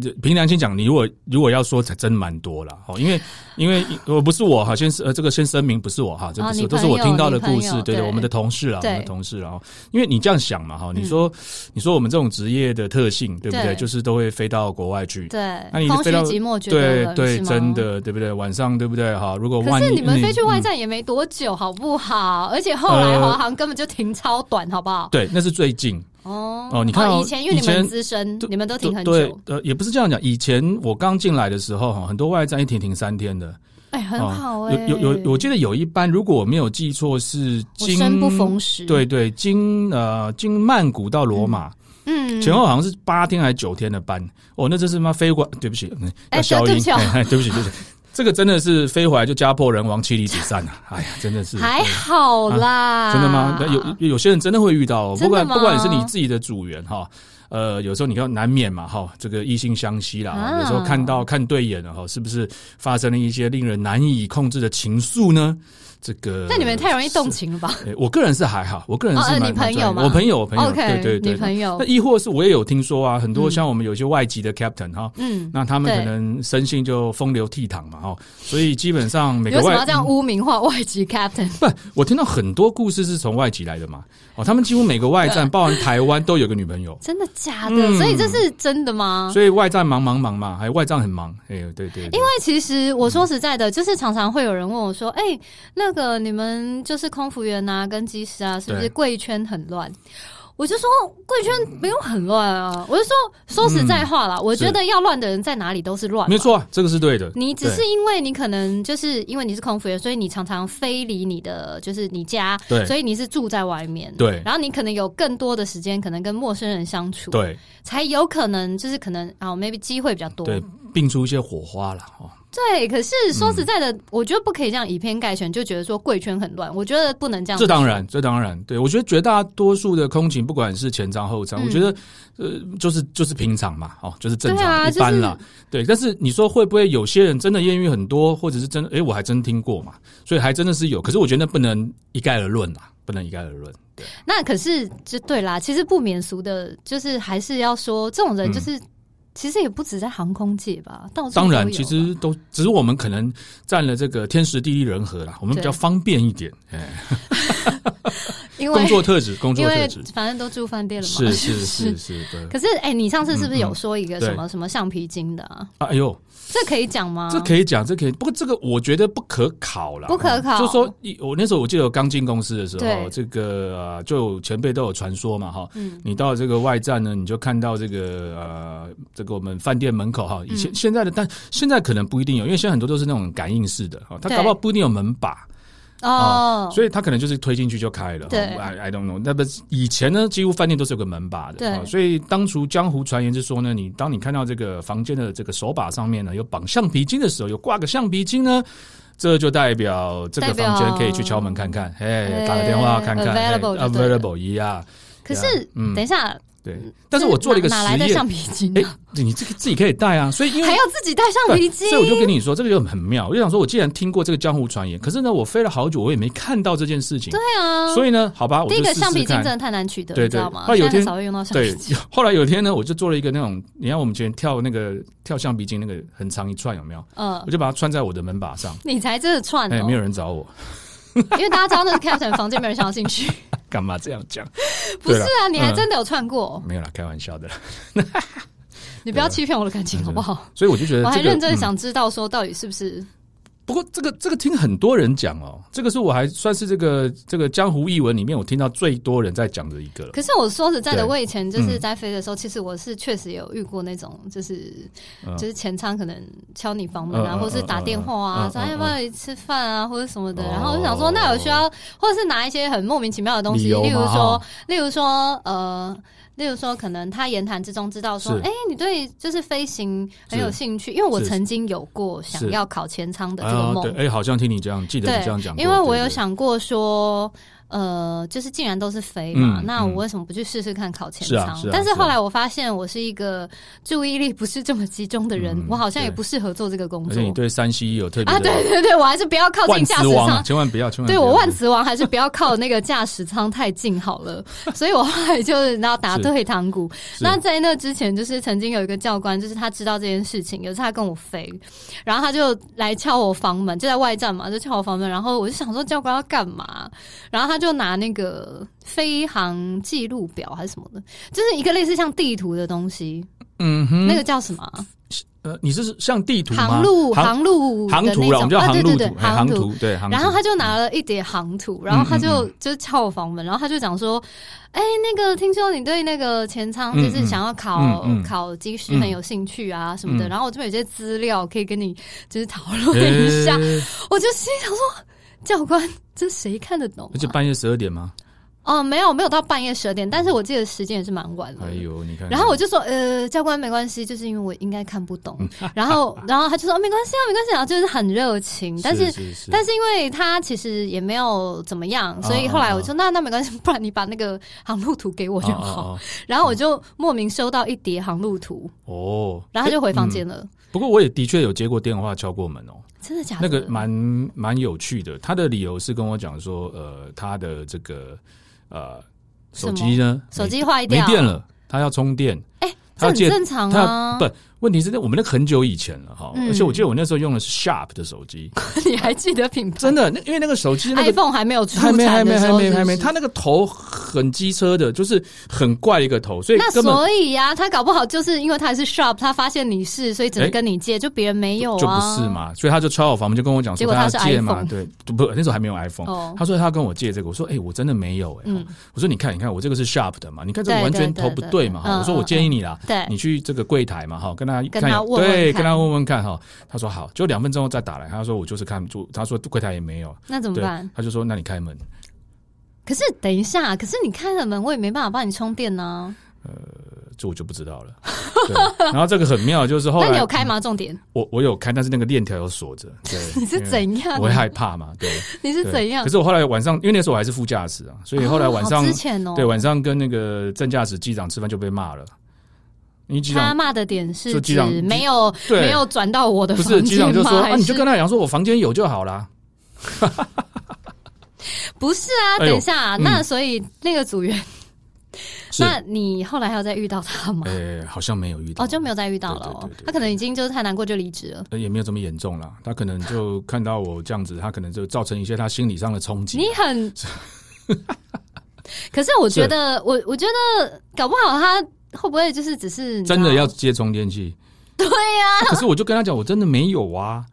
Speaker 2: 这凭良心讲，你如果如果要说，才真蛮多了哦，因为因为我不是我哈，先是呃这个先声明不是我哈，这
Speaker 1: 啊
Speaker 2: 不是
Speaker 1: 你
Speaker 2: 我，这是我
Speaker 1: 朋友
Speaker 2: 听到的
Speaker 1: 你朋
Speaker 2: 故
Speaker 1: 友
Speaker 2: 事，对
Speaker 1: 对
Speaker 2: 我们的同事啊，我
Speaker 1: 对嗯
Speaker 2: 们的同事啊，哦因为你这样想嘛哈，你说你说我们这种职业的特性，对不
Speaker 1: 对
Speaker 2: 对？就是都会飞到国外去，那
Speaker 1: 对，
Speaker 2: 你
Speaker 1: 空虚
Speaker 2: 飞到
Speaker 1: 寂寞觉得
Speaker 2: 对
Speaker 1: 冷
Speaker 2: 对
Speaker 1: 是，吗
Speaker 2: 真。的对不对？晚上对不对？哈，如果
Speaker 1: 可
Speaker 2: 万一
Speaker 1: 是你们飞去外
Speaker 2: 嗯
Speaker 1: 站也没多久，好不好？而且后来
Speaker 2: 呃
Speaker 1: 华航根本就停超短，好不好？
Speaker 2: 对，那是最近。
Speaker 1: 哦
Speaker 2: 哦你看
Speaker 1: 好
Speaker 2: 哦
Speaker 1: 以前因为你们
Speaker 2: 以前
Speaker 1: 资深，
Speaker 2: 对
Speaker 1: 你们都停很
Speaker 2: 对
Speaker 1: 久，，
Speaker 2: 呃，也不是这样讲。以前我刚进来的时候，哈，很多外站一停停三天的，
Speaker 1: 哎，很
Speaker 2: 哦
Speaker 1: 好哎，
Speaker 2: 有有有，我记得有一班，如果我没有记错，是
Speaker 1: 我
Speaker 2: 经
Speaker 1: 生不逢时。
Speaker 2: 对，对，经呃经曼谷到罗马，
Speaker 1: 嗯，
Speaker 2: 前后好像是八天还是九天的班。哦，那真是妈飞过，对不起，嗯
Speaker 1: 哎
Speaker 2: 要消
Speaker 1: 对对
Speaker 2: 音
Speaker 1: 不起哦，
Speaker 2: 哎对不起，对不起，这个真的是飞回来就家破人亡、妻离子散啊！哎呀，真的是
Speaker 1: 还好啦。
Speaker 2: 啊真的吗？那有有有些人真的会遇到哦，
Speaker 1: 啊真
Speaker 2: 不
Speaker 1: 的
Speaker 2: 管
Speaker 1: 吗
Speaker 2: 不管是你自己的组员哈。呃，有时候你看难免嘛，哈，这个异性相吸啦，
Speaker 1: 啊
Speaker 2: 有时候看到看对眼了哈，是不是发生了一些令人难以控制的情愫呢？这个，
Speaker 1: 那你们也太容易动
Speaker 2: 是。
Speaker 1: 情了吧？
Speaker 2: 呃我个人是还好，我个人
Speaker 1: 哦
Speaker 2: 是
Speaker 1: 呃
Speaker 2: 蛮、
Speaker 1: 你朋友吗
Speaker 2: 我朋友，我朋友
Speaker 1: OK，你
Speaker 2: 对对对。
Speaker 1: 朋友
Speaker 2: 那，亦或是我也有听说啊，很多像我们有一些外籍的 captain 哈、
Speaker 1: 嗯，
Speaker 2: 那他们
Speaker 1: 对
Speaker 2: 可能生性就风流倜傥嘛，哦，所以基本上每
Speaker 1: 你
Speaker 2: 个
Speaker 1: 为什么
Speaker 2: 外嗯
Speaker 1: 要这样污名化外籍 captain？
Speaker 2: 不，我听到很多故事是从外籍来的嘛。哦，他们几乎每个外站，包含台湾，都有个女朋友。
Speaker 1: 真的假的？
Speaker 2: 嗯
Speaker 1: 所以这是真的吗？
Speaker 2: 所以外站忙忙忙嘛，还有外站很忙。哎，对对对
Speaker 1: 嗯因为其实我说实在的，就是常常会有人问我说：“哎、那个你们就是空服员啊，跟机师啊，是不是
Speaker 2: 对
Speaker 1: 贵圈很乱？”我我就说贵圈没有很乱啊，我就说说实在话啦，我觉得要乱的人在哪里都是乱，
Speaker 2: 没。错啊，这个是对的。
Speaker 1: 你只是因为你可能就是因为你是空服员，所以你常常飞离你的就是你家，
Speaker 2: 对
Speaker 1: 所以你是住在外面，
Speaker 2: 对
Speaker 1: 然后你可能有更多的时间，可能跟陌生人相处，，
Speaker 2: 对
Speaker 1: 才有可能就是可能啊，maybe 机会比较多，
Speaker 2: 对，并出一些火花啦。哦。
Speaker 1: 对，可是说
Speaker 2: 嗯
Speaker 1: 实在的，我觉得不可以这样以偏概全，就觉得说贵圈很乱。我觉得不能这样。
Speaker 2: 这当然，这当然，对我觉得绝大多数的空勤，不管是前舱后
Speaker 1: 嗯
Speaker 2: 舱，我觉得呃，就是就是平常嘛，哦，就是正常、
Speaker 1: 对啊
Speaker 2: 一般啦、对，但是你说会不会有些人真的艳遇很多，或者是真的？诶，我还真听过嘛，所以还真的是有。可是我觉得那不能一概而论啦，不能一概而论。对，
Speaker 1: 那可是就对啦，其实不免俗的，就是还是要说，这种人就是、其实也不止在航空界吧，到处
Speaker 2: 嗯当
Speaker 1: 都
Speaker 2: 然，
Speaker 1: 有啊
Speaker 2: 其
Speaker 1: 吧
Speaker 2: 实都只是我们可能占了这个天时地利人和啦，我们比较
Speaker 1: 对
Speaker 2: 方便一点。哎、
Speaker 1: 因为
Speaker 2: 工作特质，工作
Speaker 1: 因为
Speaker 2: 特质，
Speaker 1: 反正都住饭店了嘛，
Speaker 2: 是
Speaker 1: 不
Speaker 2: 是是
Speaker 1: 是。
Speaker 2: 是，对。
Speaker 1: 可是，哎、你上次是不是有说一个
Speaker 2: 嗯嗯
Speaker 1: 什么、什么橡皮筋的、啊？
Speaker 2: 啊哎呦，
Speaker 1: 这可以讲吗？
Speaker 2: 这可以讲，这可以，不过这个我觉得不可考了，
Speaker 1: 啊不可考
Speaker 2: 哦就说一我那时候我记得我刚进公司的时
Speaker 1: 对
Speaker 2: 候，这个、呃就有前辈都有传说嘛哈。
Speaker 1: 嗯
Speaker 2: 你到这个外站呢，你就看到这个呃，这个我们饭店门口哈，以前、
Speaker 1: 嗯
Speaker 2: 现在的，但现在可能不一定有，因为现在很多都是那种感应式的哈，它
Speaker 1: 对
Speaker 2: 搞不好不一定有门把，
Speaker 1: 哦，
Speaker 2: 啊所以它可能就是推进去就开了。
Speaker 1: 对
Speaker 2: 哦，I I don't know。那么以前呢，几乎饭店都是有个门把的。
Speaker 1: 对
Speaker 2: 哦所以当初江湖传言是说呢，你当你看到这个房间的这个手把上面呢有绑橡皮筋的时候，有挂个橡皮筋呢。这就代表这个
Speaker 1: 代表
Speaker 2: 房间可以去敲门看看，哎
Speaker 1: 哎，
Speaker 2: 打个电话看看
Speaker 1: available
Speaker 2: 哎
Speaker 1: 就对了
Speaker 2: available 一样，
Speaker 1: 可是、
Speaker 2: 嗯
Speaker 1: 等一下，
Speaker 2: 对。但是我做了一个实
Speaker 1: 哪哪来的
Speaker 2: 验
Speaker 1: 橡，皮筋、
Speaker 2: 哎
Speaker 1: 啊？，
Speaker 2: 你这个自己可以带啊，所以因为
Speaker 1: 还要自己带橡
Speaker 2: 对，
Speaker 1: 皮筋？
Speaker 2: 所以我就跟你说，这个就很妙。我就想说，我既然听过这个江湖传言，可是呢，我飞了好久，我也没看到这件事情。对
Speaker 1: 啊
Speaker 2: 所以呢，好哦吧，我就
Speaker 1: 第一个
Speaker 2: 试试
Speaker 1: 橡皮筋
Speaker 2: 看
Speaker 1: 真的太难取得，
Speaker 2: 对
Speaker 1: 你知道
Speaker 2: 对
Speaker 1: 吗？
Speaker 2: 后来有
Speaker 1: 现在很
Speaker 2: 天
Speaker 1: 少会用到橡皮
Speaker 2: 对
Speaker 1: 筋。，
Speaker 2: 后来有一天呢，我就做了一个那种，你看我们以前跳那个跳橡皮筋那个很长一串，有没有？
Speaker 1: 嗯
Speaker 2: 我，就把它穿在我的门把上，
Speaker 1: 你才真的串
Speaker 2: 哎、
Speaker 1: 哦，
Speaker 2: 没有人找我，
Speaker 1: 因为大家知道那是 Captain 房间，没人想要进去。
Speaker 2: 干嘛这样讲？
Speaker 1: 不
Speaker 2: 对
Speaker 1: 是
Speaker 2: 啦
Speaker 1: 啊，你还
Speaker 2: 嗯
Speaker 1: 真的有串过，
Speaker 2: 没有啦，开玩笑的 啦。
Speaker 1: 你
Speaker 2: 啊
Speaker 1: 不要欺骗我的感情好不好？
Speaker 2: 所以我就觉得、这
Speaker 1: 我
Speaker 2: 个，
Speaker 1: 还认真
Speaker 2: 嗯
Speaker 1: 想知道说到底是不是
Speaker 2: 不过这个这个听很多人讲哦，这个是我还算是这个这个江湖译文里面我听到最多人在讲的一个了。
Speaker 1: 可是我说实在的，
Speaker 2: 对
Speaker 1: 我以前就是
Speaker 2: 嗯
Speaker 1: 在飞的时候，其实我是确实有遇过那种，就是、
Speaker 2: 嗯
Speaker 1: 就是前舱可能敲你房门啊，
Speaker 2: 嗯嗯
Speaker 1: 或者是打电话啊，
Speaker 2: 嗯嗯嗯
Speaker 1: 说、要不要一起吃饭啊，或者什么的。
Speaker 2: 哦
Speaker 1: 然后我就想说，那有需要，或者是拿一些很莫名其妙的东西，
Speaker 2: 理由
Speaker 1: 例
Speaker 2: 嘛
Speaker 1: 如说
Speaker 2: 哈，
Speaker 1: 例如说，呃。例如说，可能他言谈之中知道说，
Speaker 2: 是
Speaker 1: 哎、你对就是飞行很有
Speaker 2: 是
Speaker 1: 兴趣，因为我
Speaker 2: 是
Speaker 1: 曾经有过想
Speaker 2: 是
Speaker 1: 要考前舱的这个
Speaker 2: 啊，
Speaker 1: 梦
Speaker 2: 对，，哎，好像听你这样，记得
Speaker 1: 对，
Speaker 2: 你这样讲过，
Speaker 1: 因为我
Speaker 2: 对
Speaker 1: 有
Speaker 2: 对
Speaker 1: 想过说，呃，就是既然都是飞嘛，
Speaker 2: 嗯
Speaker 1: 那我
Speaker 2: 嗯
Speaker 1: 为什么不去试试看考前
Speaker 2: 是啊
Speaker 1: 舱？
Speaker 2: 是啊
Speaker 1: 但是
Speaker 2: 是啊
Speaker 1: 后来我发现，我是一个注意力不是这么集中的人，
Speaker 2: 嗯
Speaker 1: 我好像也
Speaker 2: 对
Speaker 1: 不适合做这个工
Speaker 2: 而
Speaker 1: 作
Speaker 2: 且你对山西有特别
Speaker 1: 啊。
Speaker 2: 的
Speaker 1: 对对对，我还是不要靠近
Speaker 2: 万
Speaker 1: 驾
Speaker 2: 磁
Speaker 1: 驶
Speaker 2: 王啊，
Speaker 1: 舱。
Speaker 2: 千万不要，千万
Speaker 1: 对
Speaker 2: 不要
Speaker 1: 我万磁王还是不要靠那个驾驶舱太近好 了，所以我后来就是然后打
Speaker 2: 是
Speaker 1: 退堂鼓，
Speaker 2: 是
Speaker 1: 那在那之前，就是曾经有一个教官，就是他知道这件事情，有一次他跟我飞，然后他就来敲我房门，就在外站嘛，就敲我房门，然后我就想说教官要干嘛，然后他就拿那个飞行记录表还是什么的，就是一个类似像地图的东西，
Speaker 2: 嗯哼，
Speaker 1: 那个叫什么啊
Speaker 2: 呃，你是像地图吗？
Speaker 1: 航路
Speaker 2: 航
Speaker 1: 航路的
Speaker 2: 航
Speaker 1: 那
Speaker 2: 图啦，我
Speaker 1: 种
Speaker 2: 们叫
Speaker 1: 啊，
Speaker 2: 航
Speaker 1: 对
Speaker 2: 路
Speaker 1: 对
Speaker 2: 图
Speaker 1: 对，，
Speaker 2: 哎
Speaker 1: 航
Speaker 2: 图对航图。
Speaker 1: 然后他就拿了一叠航图，
Speaker 2: 嗯
Speaker 1: 然后他就、就敲我房门，然后他就讲说：“哎、那个听说你对那个前舱就
Speaker 2: 嗯
Speaker 1: 是想要考、
Speaker 2: 嗯嗯
Speaker 1: 考机师很有兴趣啊什么的，
Speaker 2: 嗯
Speaker 1: 然后我这边有些资料可以跟你就是讨论一下。
Speaker 2: 哎
Speaker 1: 我就心想说：“教官，这谁看得懂、
Speaker 2: 而且
Speaker 1: 啊
Speaker 2: 半夜十二点吗？？”
Speaker 1: 哦，没有没有到半夜十二点，但是我记得时间也是蛮晚的。
Speaker 2: 哎呦，你看看，
Speaker 1: 然后我就说，呃，教官没关系，就是因为我应该看不懂。然后，然后他就说、哦没关系啊，没关系啊，就是很热情，但是
Speaker 2: 是是
Speaker 1: 但是因为他其实也没有怎么样，
Speaker 2: 啊
Speaker 1: 所以后来我就那那没关系，不然你把那个航路图给我就好。
Speaker 2: 哦
Speaker 1: 然后我就莫名收到一叠航路图，
Speaker 2: 哦哦，
Speaker 1: 然后他就回房
Speaker 2: 哎。嗯
Speaker 1: 间了。
Speaker 2: 不过我也的确有接过电话敲过门哦，
Speaker 1: 真的假的？
Speaker 2: 那个蛮蛮有趣的。他的理由是跟我讲说，呃，他的这个呃
Speaker 1: 什
Speaker 2: 手
Speaker 1: 么
Speaker 2: 机呢，
Speaker 1: 手机坏
Speaker 2: 没
Speaker 1: 掉，
Speaker 2: 没电了，他要充电。
Speaker 1: 哎，这
Speaker 2: 他要
Speaker 1: 很
Speaker 2: 借
Speaker 1: 正常啊
Speaker 2: 他。不，问题是那我们那个很久以前了哈，
Speaker 1: 嗯
Speaker 2: 而且我记得我那时候用的是 Sharp 的 手机，
Speaker 1: 你还记得品牌？
Speaker 2: 真的，那因为那个手机那个
Speaker 1: iPhone 还没有出
Speaker 2: 还
Speaker 1: 产
Speaker 2: 没还没
Speaker 1: 的时
Speaker 2: 还
Speaker 1: 候
Speaker 2: 没
Speaker 1: 是
Speaker 2: 还没，
Speaker 1: 不是
Speaker 2: 他那个头很机车的，就是很怪的一个头，所以
Speaker 1: 那
Speaker 2: 根本
Speaker 1: 所以呀、他搞不好就是因为他是 shop，他发现你是，所以只能
Speaker 2: 哎
Speaker 1: 跟你借，就别人没有啊。
Speaker 2: 就不是嘛，所以他就敲我房门，就跟我讲
Speaker 1: 结
Speaker 2: 说
Speaker 1: 果
Speaker 2: 要
Speaker 1: 他是
Speaker 2: 借嘛，
Speaker 1: iPhone
Speaker 2: 对，不不那时候还没有 iPhone，、
Speaker 1: 哦
Speaker 2: 他说他跟我借这个，我说哎、我真的没有哎、
Speaker 1: 嗯
Speaker 2: 我说你看你看我这个是 Sharp 的嘛，你看这
Speaker 1: 对
Speaker 2: 完全
Speaker 1: 对
Speaker 2: 头
Speaker 1: 对
Speaker 2: 不
Speaker 1: 对
Speaker 2: 对嘛
Speaker 1: 嗯
Speaker 2: 哈，我说我建议你啦，
Speaker 1: 对，
Speaker 2: 你去这个柜台嘛哈，跟他
Speaker 1: 跟
Speaker 2: 看
Speaker 1: 他
Speaker 2: 有
Speaker 1: 问问
Speaker 2: 对，
Speaker 1: 看
Speaker 2: 跟他问问看哈，他说好，就两分钟后再打来，他说我就是看住，他说柜台也没有，
Speaker 1: 那怎么
Speaker 2: 对
Speaker 1: 办？，
Speaker 2: 他就说那你开门，
Speaker 1: 可是等一下，可是你开了门，我也没办法帮你充电呢、
Speaker 2: 这我就不知道了，对，然后这个很妙，就是后
Speaker 1: 那你
Speaker 2: 来
Speaker 1: 有开吗？重点
Speaker 2: 我我有开，但是那个链条有锁着， 对，
Speaker 1: 你是
Speaker 2: 因为
Speaker 1: 怎样
Speaker 2: 我？会害怕嘛，对。
Speaker 1: 你是
Speaker 2: 对
Speaker 1: 怎样
Speaker 2: 可？是我后来晚上，因为那时候我还是副驾驶啊，所以后来晚上、
Speaker 1: 哦好之前哦，
Speaker 2: 对晚上跟那个正驾驶机长吃饭就被骂了。因为机
Speaker 1: 他
Speaker 2: 长
Speaker 1: 骂的点是
Speaker 2: 就机长
Speaker 1: 指没有
Speaker 2: 对
Speaker 1: 没有转到我的
Speaker 2: 不
Speaker 1: 房
Speaker 2: 是
Speaker 1: 间
Speaker 2: 机长就说
Speaker 1: 吗
Speaker 2: 啊，
Speaker 1: 还
Speaker 2: 你就
Speaker 1: 是
Speaker 2: 跟他讲说我房间有就好啦。
Speaker 1: 不是啊？
Speaker 2: 哎呦
Speaker 1: 等一下啊，
Speaker 2: 嗯
Speaker 1: 那所以那个组员，
Speaker 2: 是，
Speaker 1: 那你后来还有再遇到他吗？
Speaker 2: 呃，好像没有遇到，
Speaker 1: 哦，就没有再遇到了
Speaker 2: 对
Speaker 1: 哦
Speaker 2: 对对对。对
Speaker 1: 他可能已经就是太难过就离职了。
Speaker 2: 呃也没有这么严重啦。他可能就看到我这样子，他可能就造成一些他心理上的冲击
Speaker 1: 你。 很，可是我觉得，我我觉得搞不好他会不会就是只是你知道
Speaker 2: 真的要接充电器？对呀、可是我就跟他讲，我真的没有啊。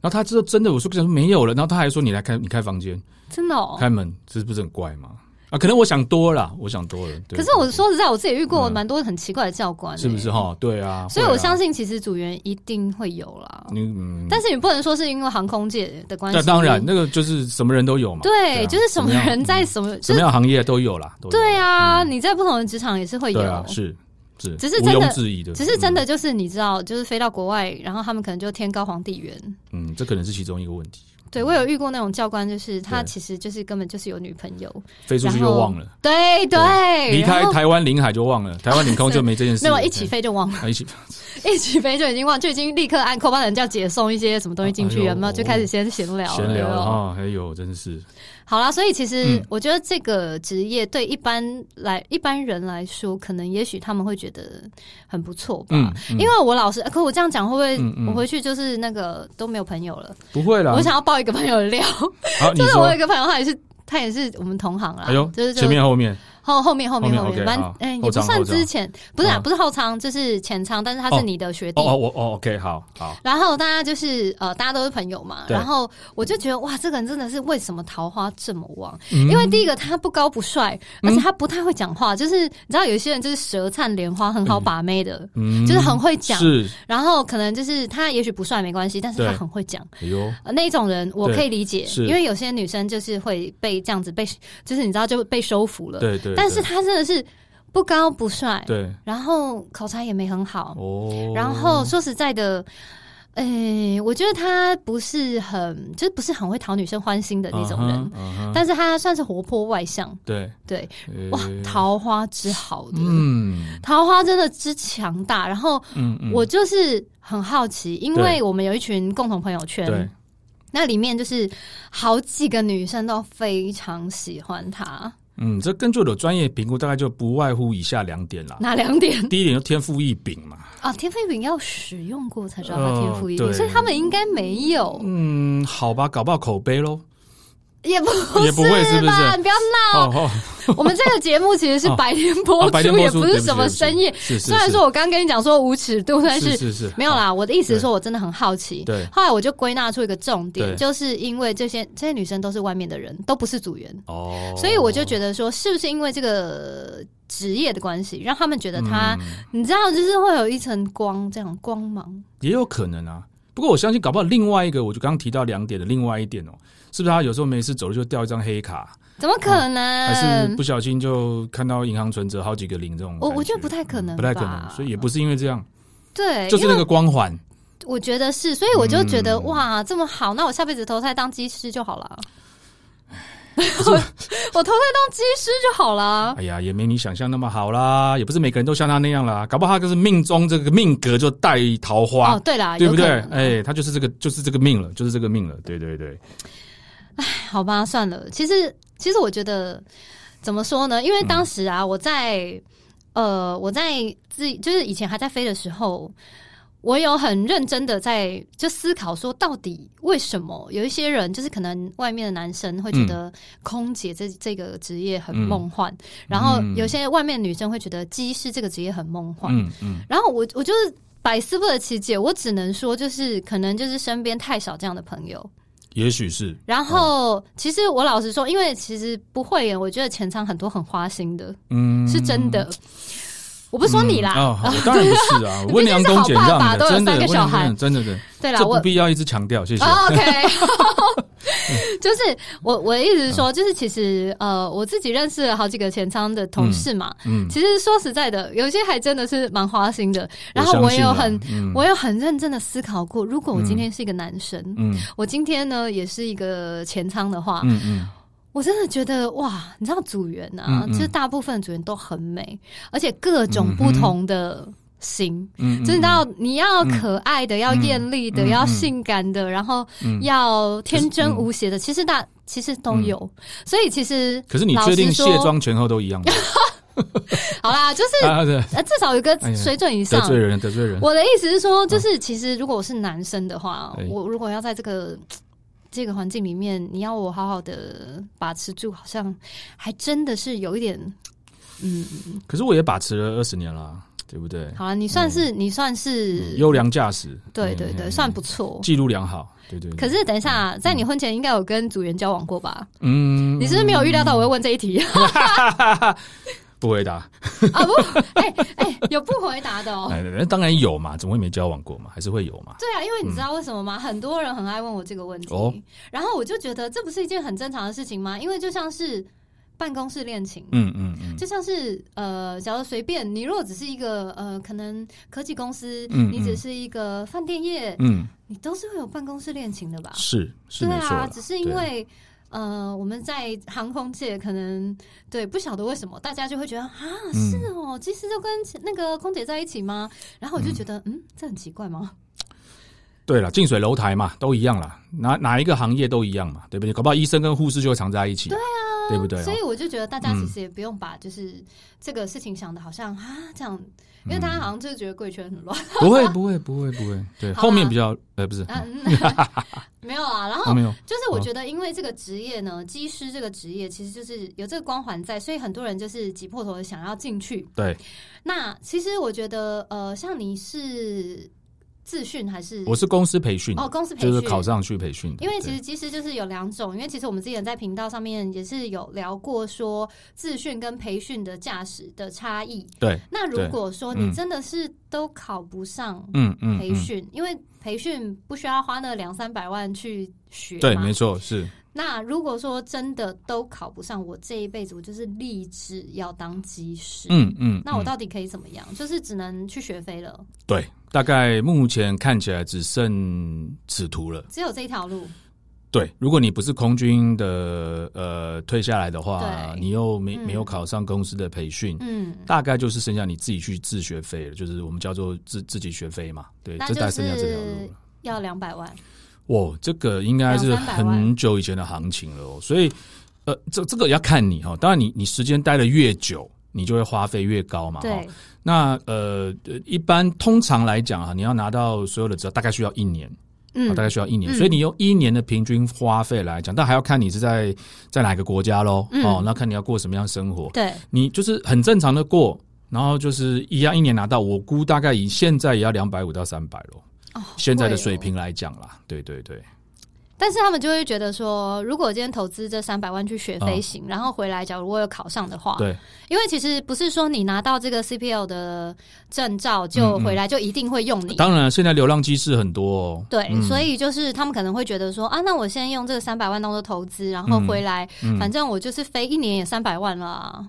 Speaker 2: 然后他之后真的，我说跟他说没有了，然后他还说你来开，你开房间。
Speaker 1: 真的哦。
Speaker 2: 开门，这不是很怪吗？啊，可能我想多了，我想多了。对
Speaker 1: 可是我说实在，我自己遇过
Speaker 2: 嗯
Speaker 1: 蛮多很奇怪的教官，
Speaker 2: 是不是？哈？对啊，
Speaker 1: 所以我
Speaker 2: 会啊
Speaker 1: 相信，其实组员一定会有啦。
Speaker 2: 你嗯，
Speaker 1: 但是你不能说是因为航空界的关系，
Speaker 2: 那当然，那个就是什么人都有嘛。
Speaker 1: 对，
Speaker 2: 啊
Speaker 1: 就是什么
Speaker 2: 怎样
Speaker 1: 人在
Speaker 2: 嗯
Speaker 1: 什么，
Speaker 2: 什
Speaker 1: 就
Speaker 2: 么
Speaker 1: 是
Speaker 2: 样行业都有啦，都有
Speaker 1: 对，啊，你在不同的职场也是会
Speaker 2: 对啊
Speaker 1: 有，。
Speaker 2: 是嗯是，
Speaker 1: 只是
Speaker 2: 毋
Speaker 1: 真的
Speaker 2: 庸置疑的，
Speaker 1: 只是真的就是你知道，就是飞到国外，然后他们可能就天高皇帝远。
Speaker 2: 嗯，嗯，这可能是其中一个问题。
Speaker 1: 对我有遇过那种教官，就是他
Speaker 2: 嗯对
Speaker 1: 其实就是根本就是有女朋友，
Speaker 2: 飞出去就忘了，
Speaker 1: 对对，
Speaker 2: 离开
Speaker 1: 然后
Speaker 2: 台湾领海就忘了，台湾领空就没这件事。
Speaker 1: 没有一起飞就忘了，
Speaker 2: 对，啊一起
Speaker 1: 一起飞就已经忘，就已经立刻按扣帮人家解送一些什么东西进去
Speaker 2: 哎
Speaker 1: 了，
Speaker 2: 呦
Speaker 1: 有没有？就开始先闲聊了，哦
Speaker 2: 闲聊
Speaker 1: 有没有
Speaker 2: 了哈，还有真是
Speaker 1: 好啦，所以其实
Speaker 2: 嗯
Speaker 1: 我觉得这个职业对一般来、一般人来说，可能也许他们会觉得很不错吧。
Speaker 2: 嗯，嗯
Speaker 1: 因为我老是，可我这样讲会不会、
Speaker 2: 嗯嗯
Speaker 1: 我回去就是那个都没有朋友了？
Speaker 2: 不会啦
Speaker 1: 我。想要爆一个朋友的料，
Speaker 2: 好，你
Speaker 1: 就是我有
Speaker 2: 说
Speaker 1: 一，个朋友，他也是他也是我们同行啦，
Speaker 2: 哎呦
Speaker 1: 就是，
Speaker 2: 前面后面
Speaker 1: 后后面后面
Speaker 2: 后面
Speaker 1: 后面，
Speaker 2: OK，
Speaker 1: 蛮
Speaker 2: 好
Speaker 1: 嗯、也
Speaker 2: 后
Speaker 1: 不
Speaker 2: 舱
Speaker 1: 算
Speaker 2: 后舱
Speaker 1: 之前，不是啊，
Speaker 2: 嗯
Speaker 1: 不是后舱，就是前舱，但是他是
Speaker 2: 哦
Speaker 1: 你的学弟。
Speaker 2: 哦哦我哦 OK 好好，
Speaker 1: 然后大家就是呃，大家都是朋友嘛。
Speaker 2: 对
Speaker 1: 然后我就觉得哇，这个人真的是为什么桃花这么旺？
Speaker 2: 嗯
Speaker 1: 因为第一个他不高不帅，而
Speaker 2: 嗯
Speaker 1: 且他不太会讲话。就是你知道，有些人就是舌灿莲花，很好把妹的，
Speaker 2: 嗯
Speaker 1: 就是很会讲。
Speaker 2: 是，
Speaker 1: 然后可能就是他也许不帅没关系，但是他
Speaker 2: 对
Speaker 1: 很会讲。
Speaker 2: 哎呦，
Speaker 1: 呃那一种人我可以理解
Speaker 2: 对，是
Speaker 1: 因为有些女生就是会被这样子被，就是你知道就被收服了。
Speaker 2: 对对，
Speaker 1: 但是
Speaker 2: 对
Speaker 1: 他真的是不高不帅，
Speaker 2: 对
Speaker 1: 然后口才也没很好，
Speaker 2: 哦，
Speaker 1: 然后说实在的，诶、我觉得他不是很，就是不是很会讨女生欢心的那种人，
Speaker 2: 嗯哼，嗯哼
Speaker 1: 但是他算是活泼外向，
Speaker 2: 对，
Speaker 1: 对，
Speaker 2: 呃
Speaker 1: 哇，桃花之好的。
Speaker 2: 嗯
Speaker 1: 桃花真的之强大，然后
Speaker 2: 嗯嗯，
Speaker 1: 我就是很好奇，因
Speaker 2: 对
Speaker 1: 为我们有一群共同朋友
Speaker 2: 对
Speaker 1: 圈，那里面就是好几个女生都非常喜欢他，
Speaker 2: 嗯，这根据我的专业评估，大概就不外乎以下两点啦。
Speaker 1: 哪两点
Speaker 2: 第一点就天赋异禀嘛，
Speaker 1: 啊？天赋异禀要使用过才知道他天赋异禀，
Speaker 2: 哦对
Speaker 1: 所以他们应该没有，
Speaker 2: 嗯，好吧，搞不好口碑喽。
Speaker 1: 也不
Speaker 2: 也不会是不是
Speaker 1: 吧？你不要
Speaker 2: 哦哦，
Speaker 1: 我们这个节目其实是白天播
Speaker 2: 哦白天
Speaker 1: 出，
Speaker 2: 播
Speaker 1: 也
Speaker 2: 出
Speaker 1: 不是什么深夜。
Speaker 2: 是是，
Speaker 1: 虽然
Speaker 2: 是
Speaker 1: 说我刚跟你讲说无尺度，但
Speaker 2: 是
Speaker 1: 是
Speaker 2: 是是
Speaker 1: 没有，
Speaker 2: 好
Speaker 1: 啦。我的意思是说，我真的很好奇。
Speaker 2: 对，
Speaker 1: 后来我就归纳出一个重点，
Speaker 2: 对
Speaker 1: 就是因为这些这些女生都是外面的人，都不是组员，
Speaker 2: 哦，
Speaker 1: 所以我就觉得说，是不是因为这个职业的关系，让他们觉得他，
Speaker 2: 嗯
Speaker 1: 你知道，就是会有一层光，这样光芒。
Speaker 2: 也有可能啊。不过我相信，搞不好另外一个，我就刚刚提到两点的另外一点哦，是不是他有时候没事走路就掉一张黑卡，
Speaker 1: 怎么可
Speaker 2: 还是
Speaker 1: 能？
Speaker 2: 不小心就看到银行存折好几个零这种？
Speaker 1: 我我觉得不太可能吧
Speaker 2: 嗯不太可能，所以也不是因为这样，
Speaker 1: 对，
Speaker 2: 就是
Speaker 1: 因为
Speaker 2: 那个光环。
Speaker 1: 我觉得是，所以我就觉得、
Speaker 2: 嗯
Speaker 1: 哇，这么好，那我下辈子投胎当技师就好了。我 我投胎当技师就好了。
Speaker 2: 哎呀，也没你想象那么好啦，也不是每个人都像他那样啦，搞不好他就是命中这个命格就带桃花，
Speaker 1: 哦，对啦，
Speaker 2: 对不对
Speaker 1: 有可？能嗯
Speaker 2: 哎、他就是这个，就是这个命了，就是这个命了，对对对，
Speaker 1: 好吧，算了。其实，其实我觉得怎么说呢？因为当时啊，我在呃，我在自己就是以前还在飞的时候，我有很认真的在就思考说，到底为什么有一些人就是可能外面的男生会觉得空姐这、这个职业很梦幻，然后有些外面的女生会觉得机师这个职业很梦幻。
Speaker 2: 嗯嗯
Speaker 1: 然后我我就是百思不得其解，我只能说就是可能就是身边太少这样的朋友。
Speaker 2: 也许是
Speaker 1: 然后、其实我老实说，因为其实不会耶，我觉得前场很多很花心的，
Speaker 2: 嗯
Speaker 1: 是真的。我不是说你啦，
Speaker 2: 哦，好当然不是啊，
Speaker 1: 啊 你毕竟是
Speaker 2: 温良恭俭
Speaker 1: 好爸
Speaker 2: 让
Speaker 1: 爸都
Speaker 2: 的，
Speaker 1: 有
Speaker 2: 真的，
Speaker 1: 三个
Speaker 2: 温
Speaker 1: 小
Speaker 2: 良恭
Speaker 1: 孩
Speaker 2: 俭真的真的，
Speaker 1: 对啦，
Speaker 2: 这
Speaker 1: 我哦
Speaker 2: 不必要一直强调，谢谢。
Speaker 1: o k 就是我我的意思是
Speaker 2: 嗯
Speaker 1: 说，就是其实呃，我自己认识了好几个前仓的同事嘛，
Speaker 2: 嗯，
Speaker 1: 其实说实在的，有些还真的是蛮花心的。然后
Speaker 2: 相
Speaker 1: 我
Speaker 2: 信
Speaker 1: 也有
Speaker 2: 啊
Speaker 1: 很，
Speaker 2: 嗯
Speaker 1: 我有很认真的思考过，如果我今天是一个男生，
Speaker 2: 嗯
Speaker 1: 我今天呢也是一个前仓的话，
Speaker 2: 嗯嗯
Speaker 1: 我真的觉得哇，你知道组员啊，
Speaker 2: 嗯嗯
Speaker 1: 就是大部分组员都很美，而且各种不同的型。
Speaker 2: 嗯，
Speaker 1: 就是
Speaker 2: 嗯
Speaker 1: 要你要可爱的，要艳丽的，
Speaker 2: 嗯
Speaker 1: 要
Speaker 2: 嗯
Speaker 1: 性感的，然后
Speaker 2: 嗯
Speaker 1: 要天真无邪的，其实大其实都有。所以其实
Speaker 2: 嗯可是你确定卸妆前后都一 样吗？
Speaker 1: 好啦，就是
Speaker 2: 啊，对，
Speaker 1: 呃至少有一个
Speaker 2: 哎呀
Speaker 1: 水准以
Speaker 2: 得
Speaker 1: 上。
Speaker 2: 罪人，得罪人。
Speaker 1: 我的意思是说，就是其实如果我是男生的话
Speaker 2: 哎，
Speaker 1: 我如果要在这个。这个环境里面，你要我好好的把持住，好像还真的是有一点，嗯，
Speaker 2: 可是我也把持了二十年啦，对不对？
Speaker 1: 好了，你算是、你算是
Speaker 2: 嗯，优良驾驶，
Speaker 1: 对
Speaker 2: 嗯
Speaker 1: 对对，
Speaker 2: 嗯
Speaker 1: 算不错。
Speaker 2: 记录良好，对对。对
Speaker 1: 可，是等一下，在你婚前应该有跟组员交往过吧？
Speaker 2: 嗯，
Speaker 1: 你是不是没有预料到我会问这一题
Speaker 2: 不回答？
Speaker 1: 啊？不，哎哎，有不回答的哦。
Speaker 2: 哎，那当然有嘛，怎么会没交往过嘛？还是会有嘛？
Speaker 1: 对啊，因为你知道为什么吗？很多人很爱问我这个问题，
Speaker 2: 嗯哦
Speaker 1: 然后我就觉得这不是一件很正常的事情吗？因为就像是办公室恋情。
Speaker 2: 嗯嗯嗯
Speaker 1: 就像是呃，假如随便你，如果只是一个呃，可能科技公司，
Speaker 2: 嗯
Speaker 1: 你只
Speaker 2: 嗯
Speaker 1: 是一个饭店业，
Speaker 2: 嗯，
Speaker 1: 你都是会有办公室恋情的吧？
Speaker 2: 是是
Speaker 1: 对
Speaker 2: 没错
Speaker 1: 啊
Speaker 2: 啦，，
Speaker 1: 只是因为呃，我们在航空界可能对不晓得为什么，大家就会觉得啊，
Speaker 2: 嗯
Speaker 1: 是哦，机师就跟那个空姐在一起吗？然后我就觉得，嗯这很奇怪吗？
Speaker 2: 对了，近水楼台嘛，都一样啦，哪哪一个行业都一样嘛，对不对？搞不好医生跟护士就会常在一起，对啊，对不对哦？
Speaker 1: 所以我就觉得大家其实也不用把就是这个事情想的好像啊这样，因为大
Speaker 2: 嗯
Speaker 1: 家好像就是觉得贵圈很 乱
Speaker 2: 哦不会不会不会不会，对，
Speaker 1: 好啦
Speaker 2: 后面比较呃不是，
Speaker 1: 啊，嗯没有啊，然后
Speaker 2: 后。面有
Speaker 1: 就是我觉得，因为这个职业呢，机师这个职业其实就是有这个光环在，所以很多人就是挤破头地想要进去。
Speaker 2: 对，
Speaker 1: 那其实我觉得，呃，像你是自训还是
Speaker 2: 我是公司培训的，
Speaker 1: 哦公司培训？
Speaker 2: 就是考上去培训的，
Speaker 1: 因为其
Speaker 2: 对
Speaker 1: 实其实就是有两种，因为其实我们之前在频道上面也是有聊过说自训跟培训的驾驶的差异。
Speaker 2: 对，
Speaker 1: 那如
Speaker 2: 对
Speaker 1: 果说你
Speaker 2: 嗯
Speaker 1: 真的是都考不上
Speaker 2: 嗯嗯
Speaker 1: 培
Speaker 2: 嗯，
Speaker 1: 训，因为培训不需要花那两三百万去学
Speaker 2: 对，
Speaker 1: 嘛
Speaker 2: 没。错，是
Speaker 1: 那如果说真的都考不上，我这一辈子我就是立志要当机师。
Speaker 2: 嗯嗯，
Speaker 1: 那我
Speaker 2: 嗯
Speaker 1: 到底可以怎么样？就是只能去学飞了，
Speaker 2: 对，大概目前看起来只剩此途了。
Speaker 1: 只有这一条路。
Speaker 2: 对，如果你不是空军的呃退下来的话，
Speaker 1: 对
Speaker 2: 你又没
Speaker 1: 嗯
Speaker 2: 没有考上公司的培训，
Speaker 1: 嗯，
Speaker 2: 大概就是剩下你自己去自学费了，就是我们叫做自自己学费嘛。对，
Speaker 1: 那
Speaker 2: 这大概剩下
Speaker 1: 就
Speaker 2: 这条
Speaker 1: 是
Speaker 2: 路了。
Speaker 1: 要两百万。
Speaker 2: 哇，这个应该是
Speaker 1: 两三百万
Speaker 2: 很久以前的行情了哦，所以呃，这这个要看你哈、哦，当然你你时间待的越久，你就会花费越高嘛。哦
Speaker 1: 对，
Speaker 2: 那呃，呃一般通常来讲啊，你要拿到所有的资料，大概需要一年。啊，
Speaker 1: 嗯
Speaker 2: 大概需要一年，
Speaker 1: 嗯
Speaker 2: 所以你用一年的平均花费来讲，但还要看你是在在哪个国家喽，
Speaker 1: 嗯
Speaker 2: 哦，那看你要过什么样的生活，
Speaker 1: 对，
Speaker 2: 你就是很正常的过，然后就是一样一年拿到，我估大概以现在也要两百五到三百喽，
Speaker 1: 哦
Speaker 2: 现在的
Speaker 1: 贵哦
Speaker 2: 水平来讲啦，对对对，
Speaker 1: 但是他们就会觉得说，如果我今天投资这三百万去学
Speaker 2: 嗯
Speaker 1: 飞行，然后回来，假如我有考上的话，
Speaker 2: 对，
Speaker 1: 因为其实不是说你拿到这个 CPL 的证照就
Speaker 2: 嗯嗯
Speaker 1: 回来就一定会用你。
Speaker 2: 当然现在流浪机是很多哦，
Speaker 1: 对，
Speaker 2: 嗯
Speaker 1: 所以就是他们可能会觉得说啊，那我先用这个三百万当做投资，然后回来，
Speaker 2: 嗯
Speaker 1: 反正我就是飞一年也三百万啦，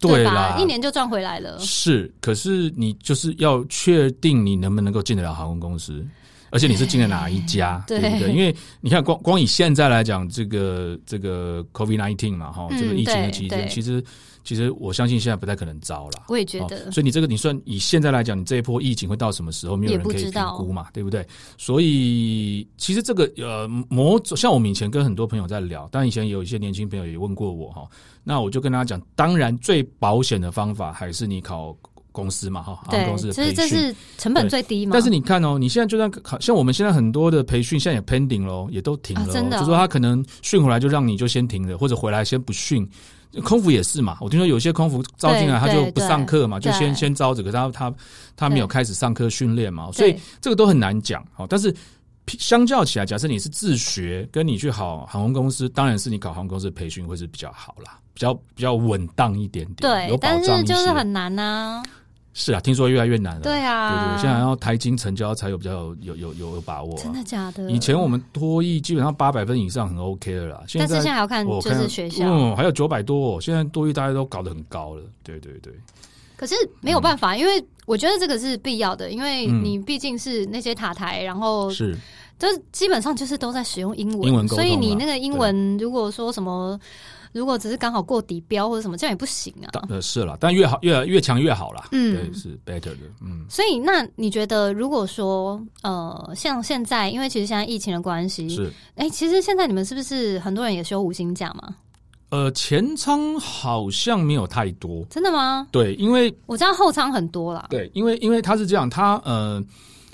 Speaker 2: 对
Speaker 1: 吧
Speaker 2: 啦？，
Speaker 1: 一年就赚回来了。
Speaker 2: 是，可是你就是要确定你能不能够进得了航空公司，而且你是进了哪一家，
Speaker 1: 对
Speaker 2: 对不对？因为你看光，光以现在来讲，这个这个 COVID nineteen 嘛，哈、
Speaker 1: 嗯
Speaker 2: 这个疫情的
Speaker 1: 对
Speaker 2: 期间，
Speaker 1: 对
Speaker 2: 其实其实我相信现在不太可能招了。
Speaker 1: 我也觉
Speaker 2: 哦
Speaker 1: 得，
Speaker 2: 所以你这个，你算以现在来讲，你这一波疫情会到什么时候，没有
Speaker 1: 也
Speaker 2: 人
Speaker 1: 不
Speaker 2: 可
Speaker 1: 知
Speaker 2: 以评
Speaker 1: 道
Speaker 2: 估嘛，对不对？所以其实这个呃，某种像我们以前跟很多朋友在聊，但以前有一些年轻哦朋友也问过我哈，那我就跟他讲，当然最保险的方法还是你考公司嘛，哈，航
Speaker 1: 对
Speaker 2: 空公司，的
Speaker 1: 其实
Speaker 2: 培
Speaker 1: 这
Speaker 2: 训。
Speaker 1: 是成本最低嘛。
Speaker 2: 但是你看哦，你现在就算考像我们现在很多的培训，现在也 pending 咯，也都停了哦、
Speaker 1: 啊真的哦
Speaker 2: 就说他可能训回来就让你就先停了，或者回来先不训。空服也是嘛，我听说有些空服招进来
Speaker 1: 对
Speaker 2: 他就
Speaker 1: 对
Speaker 2: 不上课嘛，就
Speaker 1: 对
Speaker 2: 先先招着，可是他他他没有开始上课训练嘛，
Speaker 1: 对
Speaker 2: 所以这个都很难讲。好，但是相较起来，假设你是自学，跟你去考航空公司，当然是你考航空公司的培训会是比较好啦，比较比较稳当一点点，有
Speaker 1: 对，
Speaker 2: 保
Speaker 1: 但
Speaker 2: 障
Speaker 1: 是
Speaker 2: 一些。
Speaker 1: 就是很难呐、
Speaker 2: 是啊，听说越来越难了。
Speaker 1: 对
Speaker 2: 对
Speaker 1: 啊，
Speaker 2: 对，现在要台金成交才有比较有有有有把握、
Speaker 1: 真
Speaker 2: 啊。
Speaker 1: 的假的？
Speaker 2: 以前我们脱译基本上八百分以上很 OK 的啦，现
Speaker 1: 但是现
Speaker 2: 在
Speaker 1: 在还要看
Speaker 2: 我
Speaker 1: 就
Speaker 2: 看
Speaker 1: 是学校，
Speaker 2: 嗯，还有九百多、哦，现在多译大家都搞得很高了。对对对，
Speaker 1: 可是没有办法，因为我觉得这个是必要的，因为你毕竟是那些塔台，然后
Speaker 2: 嗯是
Speaker 1: 就是基本上就是都在使用英文，
Speaker 2: 英文沟
Speaker 1: 所
Speaker 2: 通啦
Speaker 1: 以你那个英文如果说什么，如果只是刚好过底标或者什么，这样也不行啊。
Speaker 2: 当呃是啦，但越好越越强越好啦。
Speaker 1: 嗯
Speaker 2: 对，是 better 的。嗯，
Speaker 1: 所以，那你觉得，如果说，呃，像现在，因为其实现在疫情的关系，
Speaker 2: 是。
Speaker 1: 哎、其实现在你们是不是很多人也休五星假嘛？
Speaker 2: 呃，前仓好像没有太多，
Speaker 1: 真的吗？
Speaker 2: 对，因为
Speaker 1: 我知道后仓很多啦，
Speaker 2: 对，因为因为它是这样，它呃，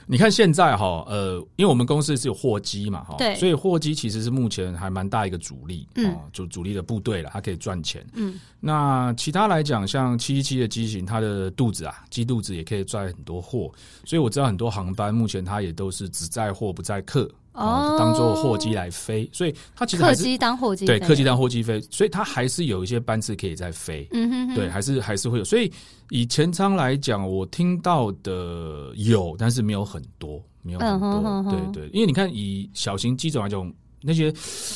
Speaker 2: 你看现在哈，呃，因为我们公司是有货机嘛哈，
Speaker 1: 对
Speaker 2: 所以货机其实是目前还蛮大一个主力，
Speaker 1: 嗯
Speaker 2: 哦，就主力的部队了，它可以赚钱。
Speaker 1: 嗯，
Speaker 2: 那其他来讲，像七一七的机型，它的肚子啊，机肚子也可以载很多货，所以我知道很多航班目前它也都是只载货不载客，
Speaker 1: 哦
Speaker 2: 当做货机来飞，所以它其实
Speaker 1: 客
Speaker 2: 还是
Speaker 1: 机当货机
Speaker 2: 对
Speaker 1: 飞
Speaker 2: 客机，当货机飞，所以它还是有一些班次可以再飞。
Speaker 1: 嗯哼哼，
Speaker 2: 对，，还是还是会有。所以以前仓来讲，我听到的有，但是没有很多，没有很多。
Speaker 1: 嗯哼哼哼
Speaker 2: 对对，因为你看，以小型机种来讲，那些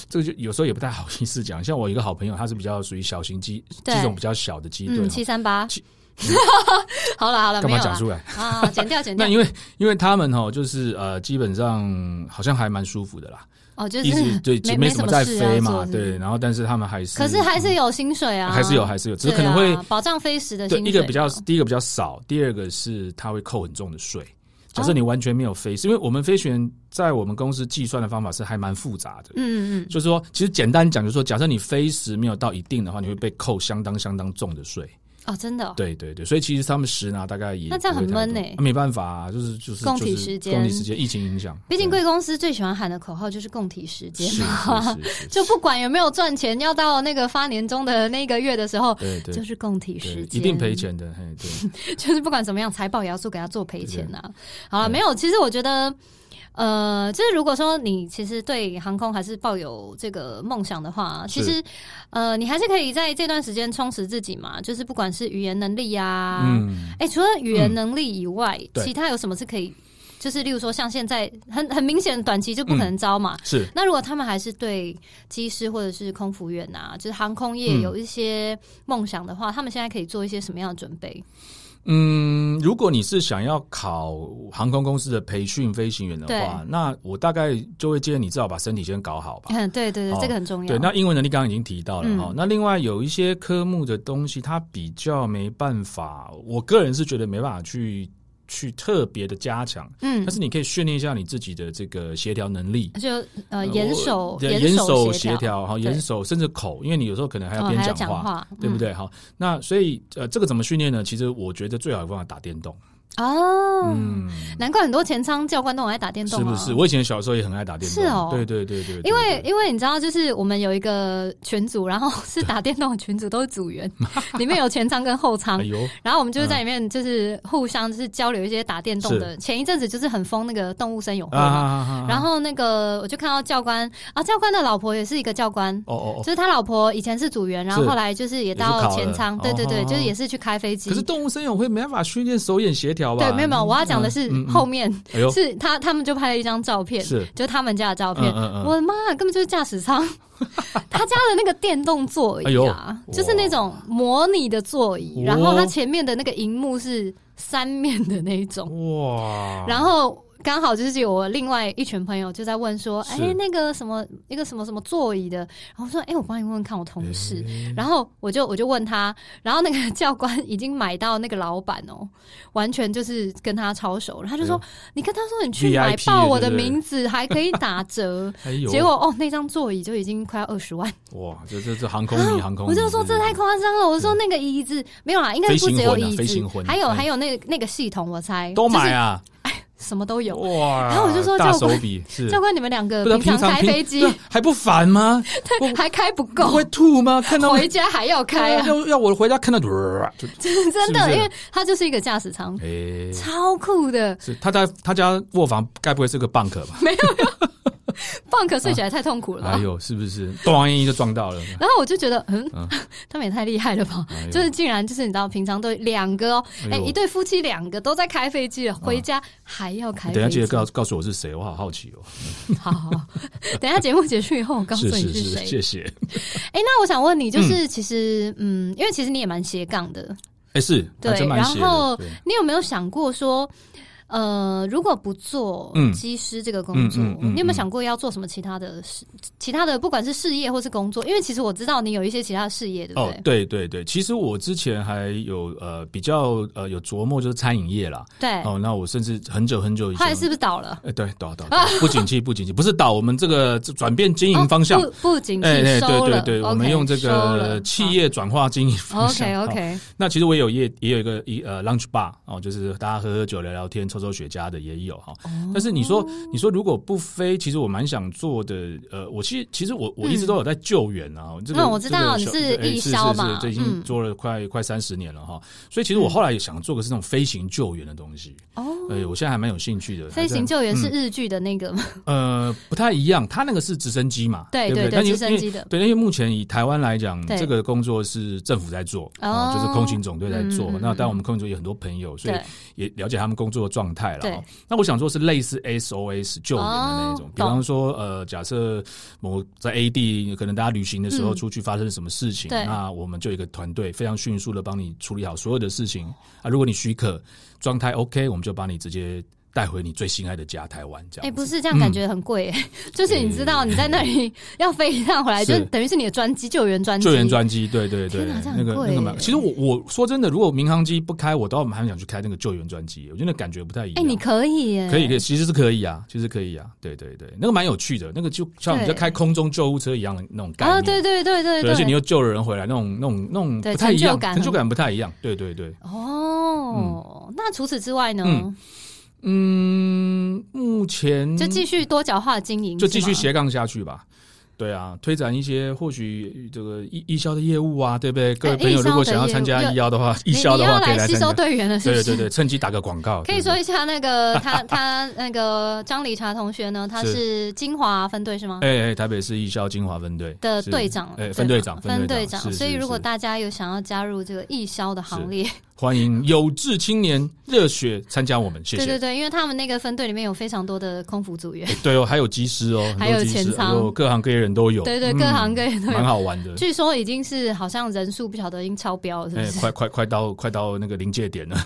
Speaker 2: 这个就有时候也不太好意思讲。像我一个好朋友，他是比较属于小型机
Speaker 1: 对
Speaker 2: 机种比较小的机队
Speaker 1: 嗯，，七三八
Speaker 2: 啊七，
Speaker 1: 好了好了，
Speaker 2: 干
Speaker 1: 没有
Speaker 2: 嘛
Speaker 1: 啦
Speaker 2: 讲出来？
Speaker 1: 啊，剪掉剪
Speaker 2: 那
Speaker 1: 掉，
Speaker 2: 因为因为他们哦，就是呃，基本上好像还蛮舒服的啦，
Speaker 1: 哦，就
Speaker 2: 一
Speaker 1: 是
Speaker 2: 直对
Speaker 1: 没
Speaker 2: 没
Speaker 1: 没
Speaker 2: 什么
Speaker 1: 么
Speaker 2: 在
Speaker 1: 事
Speaker 2: 飞
Speaker 1: 要
Speaker 2: 嘛，
Speaker 1: 做嗯
Speaker 2: 对。，然后但是他们还是
Speaker 1: 可是还是有薪水啊，
Speaker 2: 还是有还是有，只是可
Speaker 1: 对
Speaker 2: 能
Speaker 1: 啊
Speaker 2: 会
Speaker 1: 保障飞时的薪水
Speaker 2: 对，
Speaker 1: 嘛，
Speaker 2: 一个比较第一个比较少，第二个是它会扣很重的税。假设
Speaker 1: 哦
Speaker 2: 你完全没有飞，是因为我们飞行员在我们公司计算的方法是还蛮复杂的。
Speaker 1: 嗯嗯
Speaker 2: 就是说，其实简单讲，就是说，假设你飞时没有到一定的话，你会被扣相当相当重的税。
Speaker 1: 嗯，哦，真的哦，
Speaker 2: 对对对，所以其实他们时拿大概也
Speaker 1: 那这样很
Speaker 2: 不会太多
Speaker 1: 闷欸
Speaker 2: 啊没办法、啊，就是就是
Speaker 1: 供体
Speaker 2: 就是
Speaker 1: 时间
Speaker 2: 供体时间，疫情影响，
Speaker 1: 毕竟
Speaker 2: 对
Speaker 1: 贵公司最喜欢喊的口号就是供体时间
Speaker 2: 是是
Speaker 1: 嘛，
Speaker 2: 是是，
Speaker 1: 就不管有没有赚钱，要到那个发年终的那个月的时候。
Speaker 2: 对 对
Speaker 1: 就
Speaker 2: 对，
Speaker 1: 是供体时间，
Speaker 2: 一定赔，钱的，嘿，对，
Speaker 1: 就是不管怎么样，财报也要做给他做赔钱呐、好了，没有，其实我觉得，呃，就是如果说你其实对航空还是抱有这个梦想的话，其
Speaker 2: 是
Speaker 1: 实呃，你还是可以在这段时间充实自己嘛，就是不管是语言能力啊，
Speaker 2: 嗯，
Speaker 1: 哎、除了语言能力以外，
Speaker 2: 对
Speaker 1: 其他有什么是可以？就是例如说，像现在很很明显，短期就
Speaker 2: 嗯
Speaker 1: 不可能招嘛。
Speaker 2: 是
Speaker 1: 那如果他们还是对机师或者是空服员啊，就是航空业
Speaker 2: 嗯
Speaker 1: 有一些梦想的话，他们现在可以做一些什么样的准备？
Speaker 2: 嗯，如果你是想要考航空公司的培训飞行员的话
Speaker 1: 对，
Speaker 2: 那我大概就会建议你至少把身体先搞好吧。
Speaker 1: 嗯，对对对，
Speaker 2: 哦
Speaker 1: 这个很重要。
Speaker 2: 对，那英文能力刚刚已经提到了
Speaker 1: 嗯
Speaker 2: 哈、那另外有一些科目的东西，它比较没办法，我个人是觉得没办法去去特别的加强，
Speaker 1: 嗯
Speaker 2: 但，是你可以训练一下你自己的这个协调能力。
Speaker 1: 就呃，
Speaker 2: 呃
Speaker 1: 严守
Speaker 2: 我对严
Speaker 1: 守
Speaker 2: 协
Speaker 1: 调，
Speaker 2: 调哈，
Speaker 1: 对
Speaker 2: 严守甚至口，因为你有时候可能还要
Speaker 1: 哦
Speaker 2: 边
Speaker 1: 还要
Speaker 2: 讲话，
Speaker 1: 话，
Speaker 2: 对不
Speaker 1: 嗯？
Speaker 2: 对？好，那所以呃，这个怎么训练呢？其实我觉得最好的方法打电动。
Speaker 1: 哦，
Speaker 2: 嗯，
Speaker 1: 难怪很多前仓教官都很爱打电动
Speaker 2: 是
Speaker 1: 啊，
Speaker 2: 不是？我以前小时候也很爱打电动，
Speaker 1: 是哦
Speaker 2: 对对对对，对
Speaker 1: 因为
Speaker 2: 对
Speaker 1: 因为你知道，就是我们有一个群组， 然后是打电动的群组，都是组员， 里面有前仓跟后仓
Speaker 2: 哎，呦，
Speaker 1: 然后我们就是在里面就是互相就是交流一些打电动的。前一阵子就是很疯那个动物森友会
Speaker 2: 啊啊
Speaker 1: 嘛，
Speaker 2: 啊啊，啊
Speaker 1: 然后那个我就看到教官啊，教官的老婆也是一个教官。
Speaker 2: 哦哦
Speaker 1: 就
Speaker 2: 哦，
Speaker 1: 是他老婆以前是组员，然后
Speaker 2: 是
Speaker 1: 后来就是也
Speaker 2: 也是
Speaker 1: 到
Speaker 2: 考了
Speaker 1: 前仓，对对对，
Speaker 2: 哦
Speaker 1: 就是也是去开飞机
Speaker 2: 可。是动物森友会没办法训练手眼协调吧？
Speaker 1: 对，没有没有，我要讲的是
Speaker 2: 嗯嗯嗯
Speaker 1: 后面
Speaker 2: 哎呦，
Speaker 1: 是他他们就拍了一张照片，
Speaker 2: 是
Speaker 1: 就是他们家的照
Speaker 2: 嗯
Speaker 1: 片，
Speaker 2: 嗯嗯，
Speaker 1: 我的妈，根本就是驾驶 舱，他家的那个电动座椅啊，
Speaker 2: 哎呦
Speaker 1: 就是那种模拟的座椅，
Speaker 2: 哇
Speaker 1: 然后它前面的那个荧幕是三面的那一种，
Speaker 2: 哇，
Speaker 1: 然后刚好就是有我另外一群朋友就在问说，哎、
Speaker 2: 是
Speaker 1: 那个什么一个什么什么座椅的，然后我说，哎、我帮你问问看我同事，
Speaker 2: 诶
Speaker 1: 然后我就我就问他，然后那个教官已经买到那个老板哦，完全就是跟他超熟了，他就说，
Speaker 2: 哎
Speaker 1: 你跟他说你去买
Speaker 2: VIP
Speaker 1: 报我的
Speaker 2: 对不对
Speaker 1: 名字还可以打 折，
Speaker 2: 哎呦，
Speaker 1: 结果哦那张座椅就已经快要二十万。
Speaker 2: 哇，这这这航空迷，航空迷，
Speaker 1: 啊 我就说这太夸张了，我说那个椅子没有啦，应该不只有椅
Speaker 2: 飞行
Speaker 1: 子
Speaker 2: 魂啊飞行魂，
Speaker 1: 还有
Speaker 2: 嗯
Speaker 1: 还有那个那个系统，我猜
Speaker 2: 都买
Speaker 1: 就是
Speaker 2: 啊，
Speaker 1: 什么都有。
Speaker 2: 哇！
Speaker 1: 然后我就说
Speaker 2: 大
Speaker 1: 教
Speaker 2: 手
Speaker 1: 官
Speaker 2: 笔是，
Speaker 1: 教官，你们两个
Speaker 2: 不知道
Speaker 1: 平
Speaker 2: 平
Speaker 1: 常
Speaker 2: 常
Speaker 1: 开
Speaker 2: 平
Speaker 1: 飞机
Speaker 2: 对啊还不烦吗？我
Speaker 1: 还开不
Speaker 2: 不
Speaker 1: 够
Speaker 2: 会，吐吗？看到
Speaker 1: 回家还要开啊！
Speaker 2: 要要我回家看到，就
Speaker 1: 真
Speaker 2: 啊是不
Speaker 1: 的，
Speaker 2: 是
Speaker 1: 因为它就是一个驾驶舱，
Speaker 2: 哎，
Speaker 1: 超酷的。
Speaker 2: 是他家他家卧房该不会是个 bunk 吧？
Speaker 1: 棒可睡起来太痛苦了
Speaker 2: 哎
Speaker 1: 吧？
Speaker 2: 呦，是不是咚就撞到了？
Speaker 1: 然后我就觉得，嗯
Speaker 2: 嗯，
Speaker 1: 他们也太厉害了吧！
Speaker 2: 哎呦
Speaker 1: 就是竟然就是你知道，平常都两个哦，
Speaker 2: 哎
Speaker 1: 哎，
Speaker 2: 呦
Speaker 1: 一对夫妻两个都在开飞机了，回家还要开飞机。
Speaker 2: 你等一下记得告告诉我是谁，我好好奇哦。
Speaker 1: 好好，好 等一下节目结束以后，我告诉
Speaker 2: 是
Speaker 1: 你
Speaker 2: 是
Speaker 1: 是
Speaker 2: 是，
Speaker 1: 谁。
Speaker 2: 谢谢。
Speaker 1: 哎、那我想问你，就是其实，嗯因为其实你也蛮斜杠的，
Speaker 2: 哎，是
Speaker 1: 对
Speaker 2: 还真蛮
Speaker 1: 然
Speaker 2: 邪
Speaker 1: 后
Speaker 2: 的。对
Speaker 1: 你有没有想过说，呃，如果不做
Speaker 2: 嗯
Speaker 1: 机师这个工作，
Speaker 2: 嗯嗯嗯
Speaker 1: 你有没有想过要做什么其他的事？其他的不管是事业或是工作，因为其实我知道你有一些其他的事业，对不
Speaker 2: 哦
Speaker 1: 对？，
Speaker 2: 对对对，其实我之前还有呃比较呃有琢磨就是餐饮业啦。
Speaker 1: 对，
Speaker 2: 哦，那我甚至很久很久以
Speaker 1: 后
Speaker 2: 前
Speaker 1: 来是啊不是倒了？
Speaker 2: 哎，对，倒倒倒不景气，不景气，不是倒，我们这个转变经营方向
Speaker 1: 哦、，不不仅
Speaker 2: 哎
Speaker 1: 是
Speaker 2: 哎，
Speaker 1: 收
Speaker 2: 对
Speaker 1: 了，
Speaker 2: 对对，我们用这个企业转化经营方向。
Speaker 1: OK
Speaker 2: 好
Speaker 1: OK，
Speaker 2: 那其实我也有也也有一个一呃 lunch bar 哦，就是大家喝喝酒、聊聊天、抽抽雪茄的也有哈。
Speaker 1: 哦
Speaker 2: 但是你说你说如果不飞，其实我蛮想做的。呃，我其实其实我我一直都有在救援啊。这个
Speaker 1: 嗯嗯我知道
Speaker 2: 这个
Speaker 1: 你
Speaker 2: 小
Speaker 1: 是
Speaker 2: 哎
Speaker 1: 义
Speaker 2: 是
Speaker 1: 消
Speaker 2: 是
Speaker 1: 嘛
Speaker 2: 是这已
Speaker 1: 嗯
Speaker 2: 经做了快快三十年了哈。所以其实我后来也想做个是那种飞行救援的东西。
Speaker 1: 哦，
Speaker 2: 哎，我现在还蛮有兴趣的。
Speaker 1: 飞行
Speaker 2: 还在嗯
Speaker 1: 救援是日剧的那个吗，
Speaker 2: 呃，不太一样，他那个是直升机嘛，
Speaker 1: 对
Speaker 2: 不
Speaker 1: 对
Speaker 2: 对
Speaker 1: 对
Speaker 2: 但因为
Speaker 1: 直升机的
Speaker 2: 对，因为目前以台湾来讲，
Speaker 1: 对
Speaker 2: 这个工作是政府在做，
Speaker 1: 哦
Speaker 2: 啊就是空勤总队在做。
Speaker 1: 嗯嗯
Speaker 2: 那当然，我们空勤总队有很多朋友，所以
Speaker 1: 对，
Speaker 2: 也了解他们工作的状态了。
Speaker 1: 对
Speaker 2: 哦那我想说，是类似 SOS 救援的那一种，
Speaker 1: 哦
Speaker 2: 比方说，呃，假设某在 A 地，可能大家旅行的时候
Speaker 1: 嗯
Speaker 2: 出去发生什么事情，
Speaker 1: 对
Speaker 2: 那我们就有一个团队非常迅速的帮你处理好所有的事情啊。如果你许可，状态 OK，我们就把你直接带回你最心爱的家台湾，这
Speaker 1: 哎、
Speaker 2: 样子。
Speaker 1: 不是这样，感觉很贵、 欸就是你知道你在那里要飞一趟回来，就是等于是你的专机救援专机，
Speaker 2: 救援专机，对对对
Speaker 1: 天哪这，样
Speaker 2: 那个
Speaker 1: 很贵
Speaker 2: 那个
Speaker 1: 耶
Speaker 2: 蛮。其实我我说真的，如果民航机不开，我倒蛮想去开那个救援专机，我觉得那感觉不太一
Speaker 1: 哎、
Speaker 2: 样。
Speaker 1: 你可以、耶
Speaker 2: 可以可以，其实是可以啊，其实可以啊，对对对，那个蛮有趣的，那个就像我们在
Speaker 1: 对
Speaker 2: 开空中救护车一样的那种概念。
Speaker 1: 啊，对对对对
Speaker 2: 对而且你又救了人回来，那种那种那种
Speaker 1: 对
Speaker 2: 不太一样
Speaker 1: 成就，感
Speaker 2: 成就感不太一样。对对对，
Speaker 1: 哦、那除此之外呢，
Speaker 2: 嗯嗯，目前
Speaker 1: 就继续多角化经营，
Speaker 2: 就嗯继续
Speaker 1: 是吗。
Speaker 2: 斜杠下去吧。对啊，推展一些或许这个医医销的业务啊，对不对？各位
Speaker 1: 哎
Speaker 2: 朋友，
Speaker 1: 医销的
Speaker 2: 如果想要参
Speaker 1: 业
Speaker 2: 加
Speaker 1: 务
Speaker 2: 医药的话，医
Speaker 1: 你
Speaker 2: 销
Speaker 1: 你
Speaker 2: 的话
Speaker 1: 要
Speaker 2: 可以来
Speaker 1: 吸
Speaker 2: 参加
Speaker 1: 收。队员 了，是不
Speaker 2: 对
Speaker 1: 是？
Speaker 2: 对对，趁机打个广告。
Speaker 1: 可以说一下那 个他他那个张理查同学呢，他
Speaker 2: 是
Speaker 1: 是金华分队是吗？
Speaker 2: 对，哎哎，台北市艺校精华分队
Speaker 1: 的
Speaker 2: 是
Speaker 1: 队长，
Speaker 2: 哎
Speaker 1: 对
Speaker 2: 分队长
Speaker 1: 吗
Speaker 2: 分队
Speaker 1: 分
Speaker 2: 长是
Speaker 1: 所以
Speaker 2: 是
Speaker 1: 如果
Speaker 2: 是
Speaker 1: 大家有想要加入这个义消的行
Speaker 2: 是
Speaker 1: 列，
Speaker 2: 欢迎有志青年热血参加我们，谢谢。
Speaker 1: 对对对，因为他们那个分队里面有非常多的空服组员，
Speaker 2: 哎对哦，还有机师哦，很多
Speaker 1: 还有
Speaker 2: 机师
Speaker 1: 潜藏
Speaker 2: 有各行各业人都有，
Speaker 1: 对 对，各行各业都
Speaker 2: 嗯蛮
Speaker 1: 有。
Speaker 2: 好玩的。
Speaker 1: 据说已经是好像人数不晓得已经超标了，是不
Speaker 2: 哎，
Speaker 1: 是？
Speaker 2: 快快快到快到那个临界点了，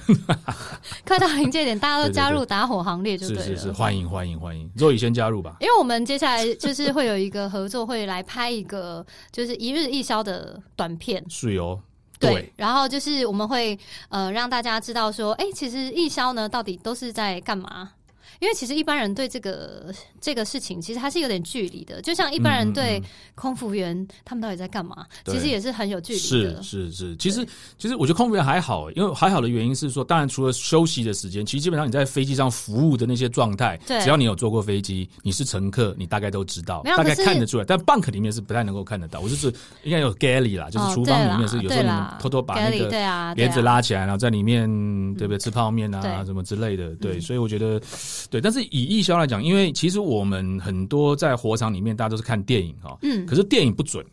Speaker 1: 快到临界点，大家都
Speaker 2: 对对
Speaker 1: 加入
Speaker 2: 对
Speaker 1: 打火行列就是对了。
Speaker 2: 是是，欢迎欢迎欢迎，若雨先加入吧。
Speaker 1: 因为我们接下来就是会有一个合作，会来拍一个就是一日一宵的短片。
Speaker 2: 是哦，
Speaker 1: 对，，然后就是我们会呃让大家知道说，哎、其实义消呢到底都是在干嘛？因为其实一般人对这个这个事情，其实还是有点距离的。就像一般人对
Speaker 2: 嗯嗯
Speaker 1: 空服员、他们到底在干嘛，
Speaker 2: 对
Speaker 1: 其实也是很有距离
Speaker 2: 是
Speaker 1: 的。
Speaker 2: 是是，其实其实我觉得空服员还好，因为还好的原因是说，当然除了休息的时间，其实基本上你在飞机上服务的那些状态，
Speaker 1: 对
Speaker 2: 只要你有坐过飞机，你是乘客，你大概都知道，
Speaker 1: 没有
Speaker 2: 大概
Speaker 1: 可是
Speaker 2: 看得出来。但 bunk 里面是不太能够看得到，我就是应该有 galley 啦，就是
Speaker 1: 哦
Speaker 2: 厨房
Speaker 1: 对
Speaker 2: 里面
Speaker 1: 啦
Speaker 2: 是有时
Speaker 1: 对
Speaker 2: 候你们
Speaker 1: 啦
Speaker 2: 偷偷把那
Speaker 1: Gally，
Speaker 2: 个
Speaker 1: 对啊对
Speaker 2: 帘子
Speaker 1: 啊
Speaker 2: 拉起来，然后在里面对不对吃泡面啊
Speaker 1: 对嗯
Speaker 2: 什么之类的，对，所以我觉得对。但是以艺销来讲，因为其实我们很多在火场里面，大家都是看电影哈，
Speaker 1: 嗯
Speaker 2: 可是电影不准。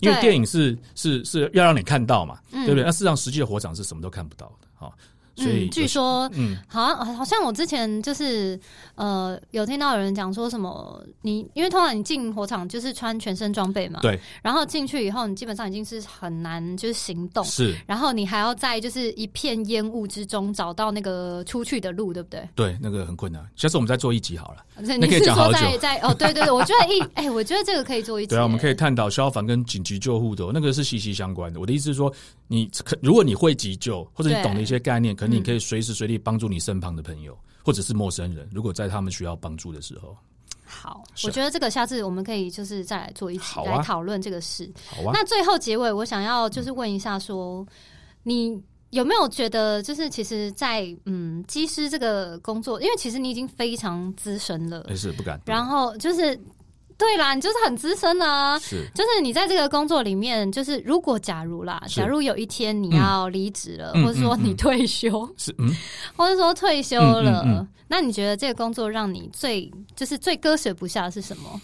Speaker 2: 因
Speaker 1: 对
Speaker 2: 为啊电影是是是要让你看到嘛，对不对？那事实上，实际的火场是什么都看不到的。好、所以
Speaker 1: 嗯，据说
Speaker 2: 嗯，
Speaker 1: 好像好像我之前就是呃有听到有人讲说什么你，因为通常你进火场就是穿全身装备嘛，
Speaker 2: 对，
Speaker 1: 然后进去以后你基本上已经是很难就是行动，
Speaker 2: 是
Speaker 1: 然后你还要在就是一片烟雾之中找到那个出去的路，对不对？
Speaker 2: 对，那个很困难。下次我们再做一集好了。
Speaker 1: 你
Speaker 2: 可以
Speaker 1: 是
Speaker 2: 讲好
Speaker 1: 说
Speaker 2: 久
Speaker 1: 在在哦，对对对，我觉得一哎、我觉得这个可以做一集，
Speaker 2: 对啊，我们可以探讨消防跟紧急救护的哦、那个是息息相关的。我的意思是说，你可如果你会急救，或者你
Speaker 1: 对
Speaker 2: 懂得一些概念，可能
Speaker 1: 嗯
Speaker 2: 你可以随时随地帮助你身旁的朋友，或者是陌生人，如果在他们需要帮助的时候，
Speaker 1: 好，
Speaker 2: 是啊
Speaker 1: 我觉得这个下次我们可以就是再来做一集
Speaker 2: 好啊
Speaker 1: 来讨论这个事。
Speaker 2: 好啊。
Speaker 1: 那最后结尾，我想要就是问一下说，你有没有觉得，就是其实在，嗯，机师这个工作，因为其实你已经非常资深了，
Speaker 2: 没事，不敢。不敢
Speaker 1: 然后就是对啦，你就是很资深啊。
Speaker 2: 是
Speaker 1: 就是你在这个工作里面，就是如果假如啦，
Speaker 2: 是
Speaker 1: 假如有一天你要离职了，
Speaker 2: 嗯
Speaker 1: 或者说
Speaker 2: 嗯嗯
Speaker 1: 你退休，
Speaker 2: 是嗯，
Speaker 1: 或者说退休了，
Speaker 2: 嗯嗯嗯
Speaker 1: 那你觉得这个工作让你最就是最割舍不下的是什么？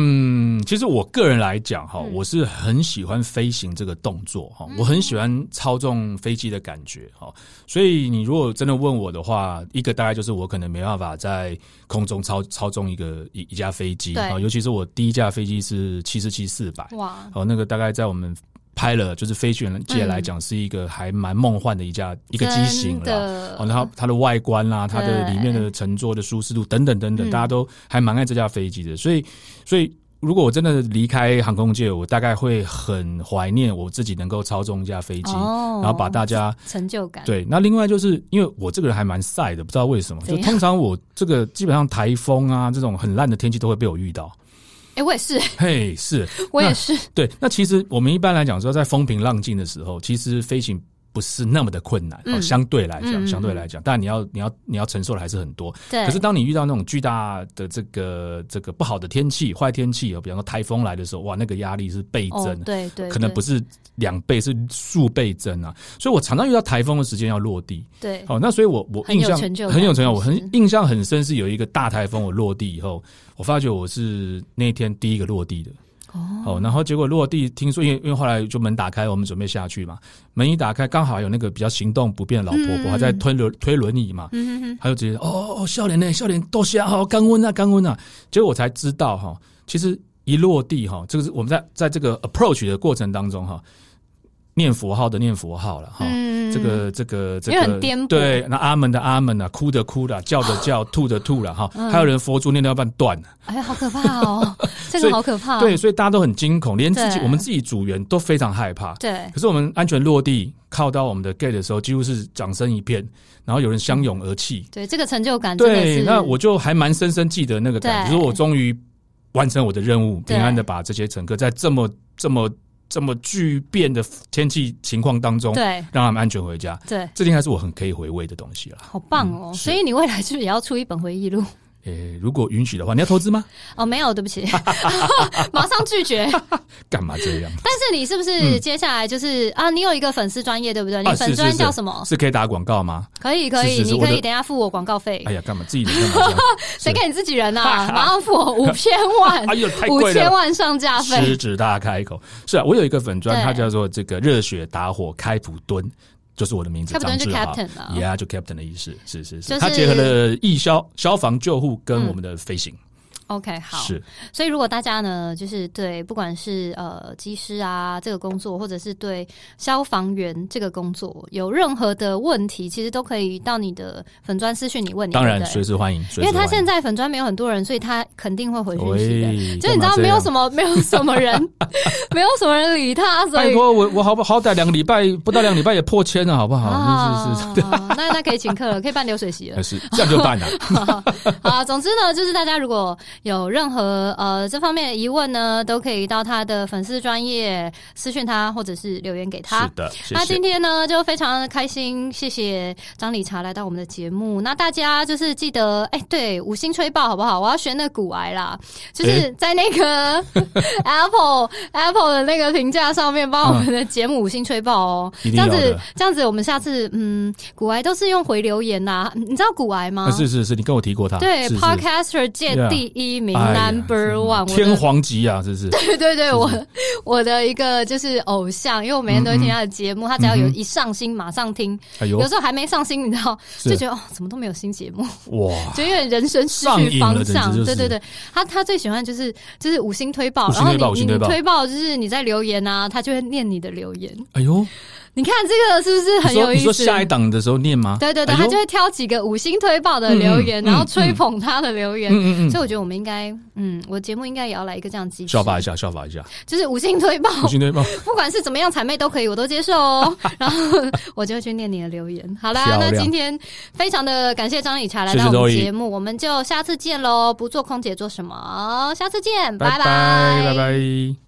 Speaker 2: 嗯，其实我个人来讲哈，
Speaker 1: 嗯
Speaker 2: 我是很喜欢飞行这个动作哈，我很喜欢操纵飞机的感觉哈。所以你如果真的问我的话，一个大概就是我可能没办法在空中操操纵一个一一架飞机
Speaker 1: 对嗯
Speaker 2: 啊，尤其是我第一架飞机是七四七四百，
Speaker 1: 哇，
Speaker 2: 哦，那个大概在我们。拍了，就是飞行员界来讲，是一个还蛮梦幻的一架、一个机型
Speaker 1: 嗯真
Speaker 2: 了。
Speaker 1: 的
Speaker 2: 哦，然后它的外观啦、它的
Speaker 1: 对
Speaker 2: 里面的乘坐的舒适度等等等等，
Speaker 1: 嗯
Speaker 2: 大家都还蛮爱这架飞机的。所以，所以如果我真的离开航空界，我大概会很怀念我自己能够操纵一架飞机，
Speaker 1: 哦
Speaker 2: 然后把大家
Speaker 1: 成就感，
Speaker 2: 对，那另外就是因为我这个人还蛮晒的，不知道为什么，
Speaker 1: 怎
Speaker 2: 就
Speaker 1: 样
Speaker 2: 通常我这个基本上台风啊这种很烂的天气都会被我遇到。
Speaker 1: 哎、我也是，
Speaker 2: 嘿，是
Speaker 1: 我也是，
Speaker 2: 对。那其实我们一般来讲说，在风平浪静的时候，其实飞行不是那么的困难，
Speaker 1: 嗯
Speaker 2: 哦相对来
Speaker 1: 嗯嗯
Speaker 2: 讲，
Speaker 1: 嗯
Speaker 2: 相对来讲，但你要你要你要承受的还是很多。
Speaker 1: 对，
Speaker 2: 可是当你遇到那种巨大的这个这个不好的天气、坏天气，哦比方说台风来的时候，哇，那个压力是倍增
Speaker 1: 哦，
Speaker 2: 的，
Speaker 1: 对对，
Speaker 2: 可能不
Speaker 1: 是
Speaker 2: 是两倍，是数倍增啊。所以我常常遇到台风的时间要落地，
Speaker 1: 对，
Speaker 2: 哦，那所以我我
Speaker 1: 很
Speaker 2: 印
Speaker 1: 有
Speaker 2: 象
Speaker 1: 成就感
Speaker 2: 很有
Speaker 1: 是
Speaker 2: 成就，
Speaker 1: 不
Speaker 2: 我很
Speaker 1: 是
Speaker 2: 印象很深是有一个大台风，我落地以后，我发觉我是那天第一个落地的。
Speaker 1: 哦，
Speaker 2: 哦，然后结果落地，听说因为因为后来就门打开，我们准备下去嘛，门一打开，刚好有那个比较行动不便的老婆
Speaker 1: 嗯
Speaker 2: 婆还在推轮推轮椅嘛，
Speaker 1: 嗯哼哼，
Speaker 2: 她就直接哦哦笑脸呢笑脸多谢好干温啊干温啊，结果我才知道哈，其实一落地哈，这个是我们在在这个 approach 的过程当中哈，念佛号的念佛号了哈。
Speaker 1: 嗯，
Speaker 2: 这个这个这
Speaker 1: 因为很
Speaker 2: 个
Speaker 1: 颠簸
Speaker 2: 对，那阿门的阿门啊，哭的哭了，叫的 叫，吐的吐了哈，
Speaker 1: 嗯
Speaker 2: 还有人佛珠念到一半断了，
Speaker 1: 哎呀，好可怕哦，这
Speaker 2: 所
Speaker 1: 个
Speaker 2: 以
Speaker 1: 好可怕，哦
Speaker 2: 对，所以大家都很惊恐，连自己
Speaker 1: 啊对
Speaker 2: 我们自己组员都非常害怕。
Speaker 1: 对，
Speaker 2: 可是我们安全落地靠到我们的 gate 的时候，几乎是掌声一片，然后有人相拥而泣。
Speaker 1: 对，这个成就感嗯真的
Speaker 2: 对，
Speaker 1: 是
Speaker 2: 那我就还蛮深深记得那个感觉，
Speaker 1: 对
Speaker 2: 就是我终于完成我的任务，
Speaker 1: 对
Speaker 2: 平安的把这些乘客在这么这么这么巨变的天气情况当中，
Speaker 1: 对
Speaker 2: 让他们安全回家。
Speaker 1: 对。
Speaker 2: 这应该是我很可以回味的东西了。
Speaker 1: 好棒哦！
Speaker 2: 嗯是
Speaker 1: 所以你未来是不是也要出一本回忆录？
Speaker 2: 诶，呃如果允许的话，你要投资吗？
Speaker 1: 哦，没有，对 不起，马上拒绝。
Speaker 2: 干嘛这样？
Speaker 1: 但是你是不是接下来就是、啊？你有一个粉丝专业对不 对？你
Speaker 2: 嗯啊是
Speaker 1: 粉专
Speaker 2: 是
Speaker 1: 叫
Speaker 2: 是
Speaker 1: 什么？
Speaker 2: 是可以打广告吗？
Speaker 1: 可以可以，
Speaker 2: 是是
Speaker 1: 你
Speaker 2: 我
Speaker 1: 可
Speaker 2: 的
Speaker 1: 以等一下付我广告费。
Speaker 2: 哎呀，干嘛自己的干嘛 这样？
Speaker 1: 谁给你自己人呐、 啊？马上付我五千万
Speaker 2: 哎，呦，太
Speaker 1: 五
Speaker 2: 贵
Speaker 1: 千
Speaker 2: 了。
Speaker 1: 万上架
Speaker 2: 狮
Speaker 1: 费。
Speaker 2: 子大开口是啊，我有一个粉砖
Speaker 1: 对，
Speaker 2: 它叫做这个热血打火开普敦，就是我的名字
Speaker 1: 开普敦
Speaker 2: 张
Speaker 1: 就
Speaker 2: 志豪
Speaker 1: captain 啊
Speaker 2: ，Yeah，就 Captain 的意思，是是
Speaker 1: 就是
Speaker 2: 是，它结合了义消、消防救护跟
Speaker 1: 嗯
Speaker 2: 我们的飞行，
Speaker 1: OK，好。嗯
Speaker 2: 是
Speaker 1: 所以如果大家呢，就是对不管是呃机师啊这个工作，或者是对消防员这个工作有任何的问题，其实都可以到你的粉专私讯你问你。
Speaker 2: 当然
Speaker 1: 对不对
Speaker 2: 随时欢迎，
Speaker 1: 因为他现
Speaker 2: 在
Speaker 1: 在粉专没有很多人，所以他肯定会回讯息的。
Speaker 2: 喂，
Speaker 1: 就你知道，没有什
Speaker 2: 么。
Speaker 1: 么没有什么人，没有什么人理他，所
Speaker 2: 拜
Speaker 1: 以
Speaker 2: 托我，我好不好歹两个礼拜不到两个礼拜也破千了，好不好？
Speaker 1: 啊
Speaker 2: 是是是，，
Speaker 1: 那那可以请客了，可以办流水席了
Speaker 2: 呃。是这样就办了。
Speaker 1: 好，总之呢，就是大家如果有任何呃这方面的疑问呢，都可以到他的粉丝专业私讯他，或者是留言给他
Speaker 2: 是。的，谢
Speaker 1: 那
Speaker 2: 谢
Speaker 1: 今。天呢，就非常的开心，谢谢张理查来到我们的节目。那大家就是记得，哎、对，五星吹爆好不好？我要选那骨癌啦，就是
Speaker 2: 哎
Speaker 1: 在那 个 Apple Apple 的那个评价上面，帮我们的节目五星吹爆哦。
Speaker 2: 嗯
Speaker 1: 这
Speaker 2: 一定
Speaker 1: 样
Speaker 2: 要的
Speaker 1: 子，这样子，我们下次嗯，骨癌都是用回留言呐、你知道骨癌吗？
Speaker 2: 啊是是是，你跟我提过他，
Speaker 1: 对
Speaker 2: 是是
Speaker 1: Podcaster 界
Speaker 2: Yeah，
Speaker 1: 第一第一名、
Speaker 2: 哎呀
Speaker 1: Number
Speaker 2: 真的
Speaker 1: One，我的
Speaker 2: 天皇级啊，这是
Speaker 1: 对对对，我我的一个就是偶像，因为我每天都会听他的节目，他只要有
Speaker 2: 嗯嗯
Speaker 1: 一上新马上听，
Speaker 2: 哎呦
Speaker 1: 有时候还没上新，你知道
Speaker 2: 是
Speaker 1: 就觉得哦，怎么都没有新节目，
Speaker 2: 哇，
Speaker 1: 就有点人生失
Speaker 2: 上
Speaker 1: 去
Speaker 2: 瘾
Speaker 1: 方
Speaker 2: 了简直
Speaker 1: 向。
Speaker 2: 就是
Speaker 1: 对对对，他他最喜欢就是就是五星推爆，
Speaker 2: 五星
Speaker 1: 然后
Speaker 2: 推爆五
Speaker 1: 你
Speaker 2: 星
Speaker 1: 你
Speaker 2: 推爆
Speaker 1: 推爆就是你在留言啊，他就会念你的留言。
Speaker 2: 哎呦，
Speaker 1: 你看这个是不是
Speaker 2: 你
Speaker 1: 很有
Speaker 2: 说
Speaker 1: 意思？
Speaker 2: 你说下一档的时候念吗？
Speaker 1: 对对对，
Speaker 2: 哎呦
Speaker 1: 他就会挑几个五星推爆的留言，
Speaker 2: 嗯嗯
Speaker 1: 然后吹捧他的留言。
Speaker 2: 嗯嗯
Speaker 1: 所以
Speaker 2: 嗯，
Speaker 1: 我觉得我们应该，嗯，我节目应该也要来一个这样机制
Speaker 2: 效，法一下，效 法一下，
Speaker 1: 就是五星推爆，
Speaker 2: 五星推爆，
Speaker 1: 不管是怎么样谄媚都可以，我都接受 哦。然后我就会去念你的留言。好啦，
Speaker 2: 漂
Speaker 1: 那
Speaker 2: 亮
Speaker 1: 今天非常的感谢张理查来
Speaker 2: 谢谢
Speaker 1: 到我们
Speaker 2: Zoe
Speaker 1: 节目，我们就下次见喽。不做空姐做什么？下次见，
Speaker 2: 拜
Speaker 1: 拜
Speaker 2: 拜拜。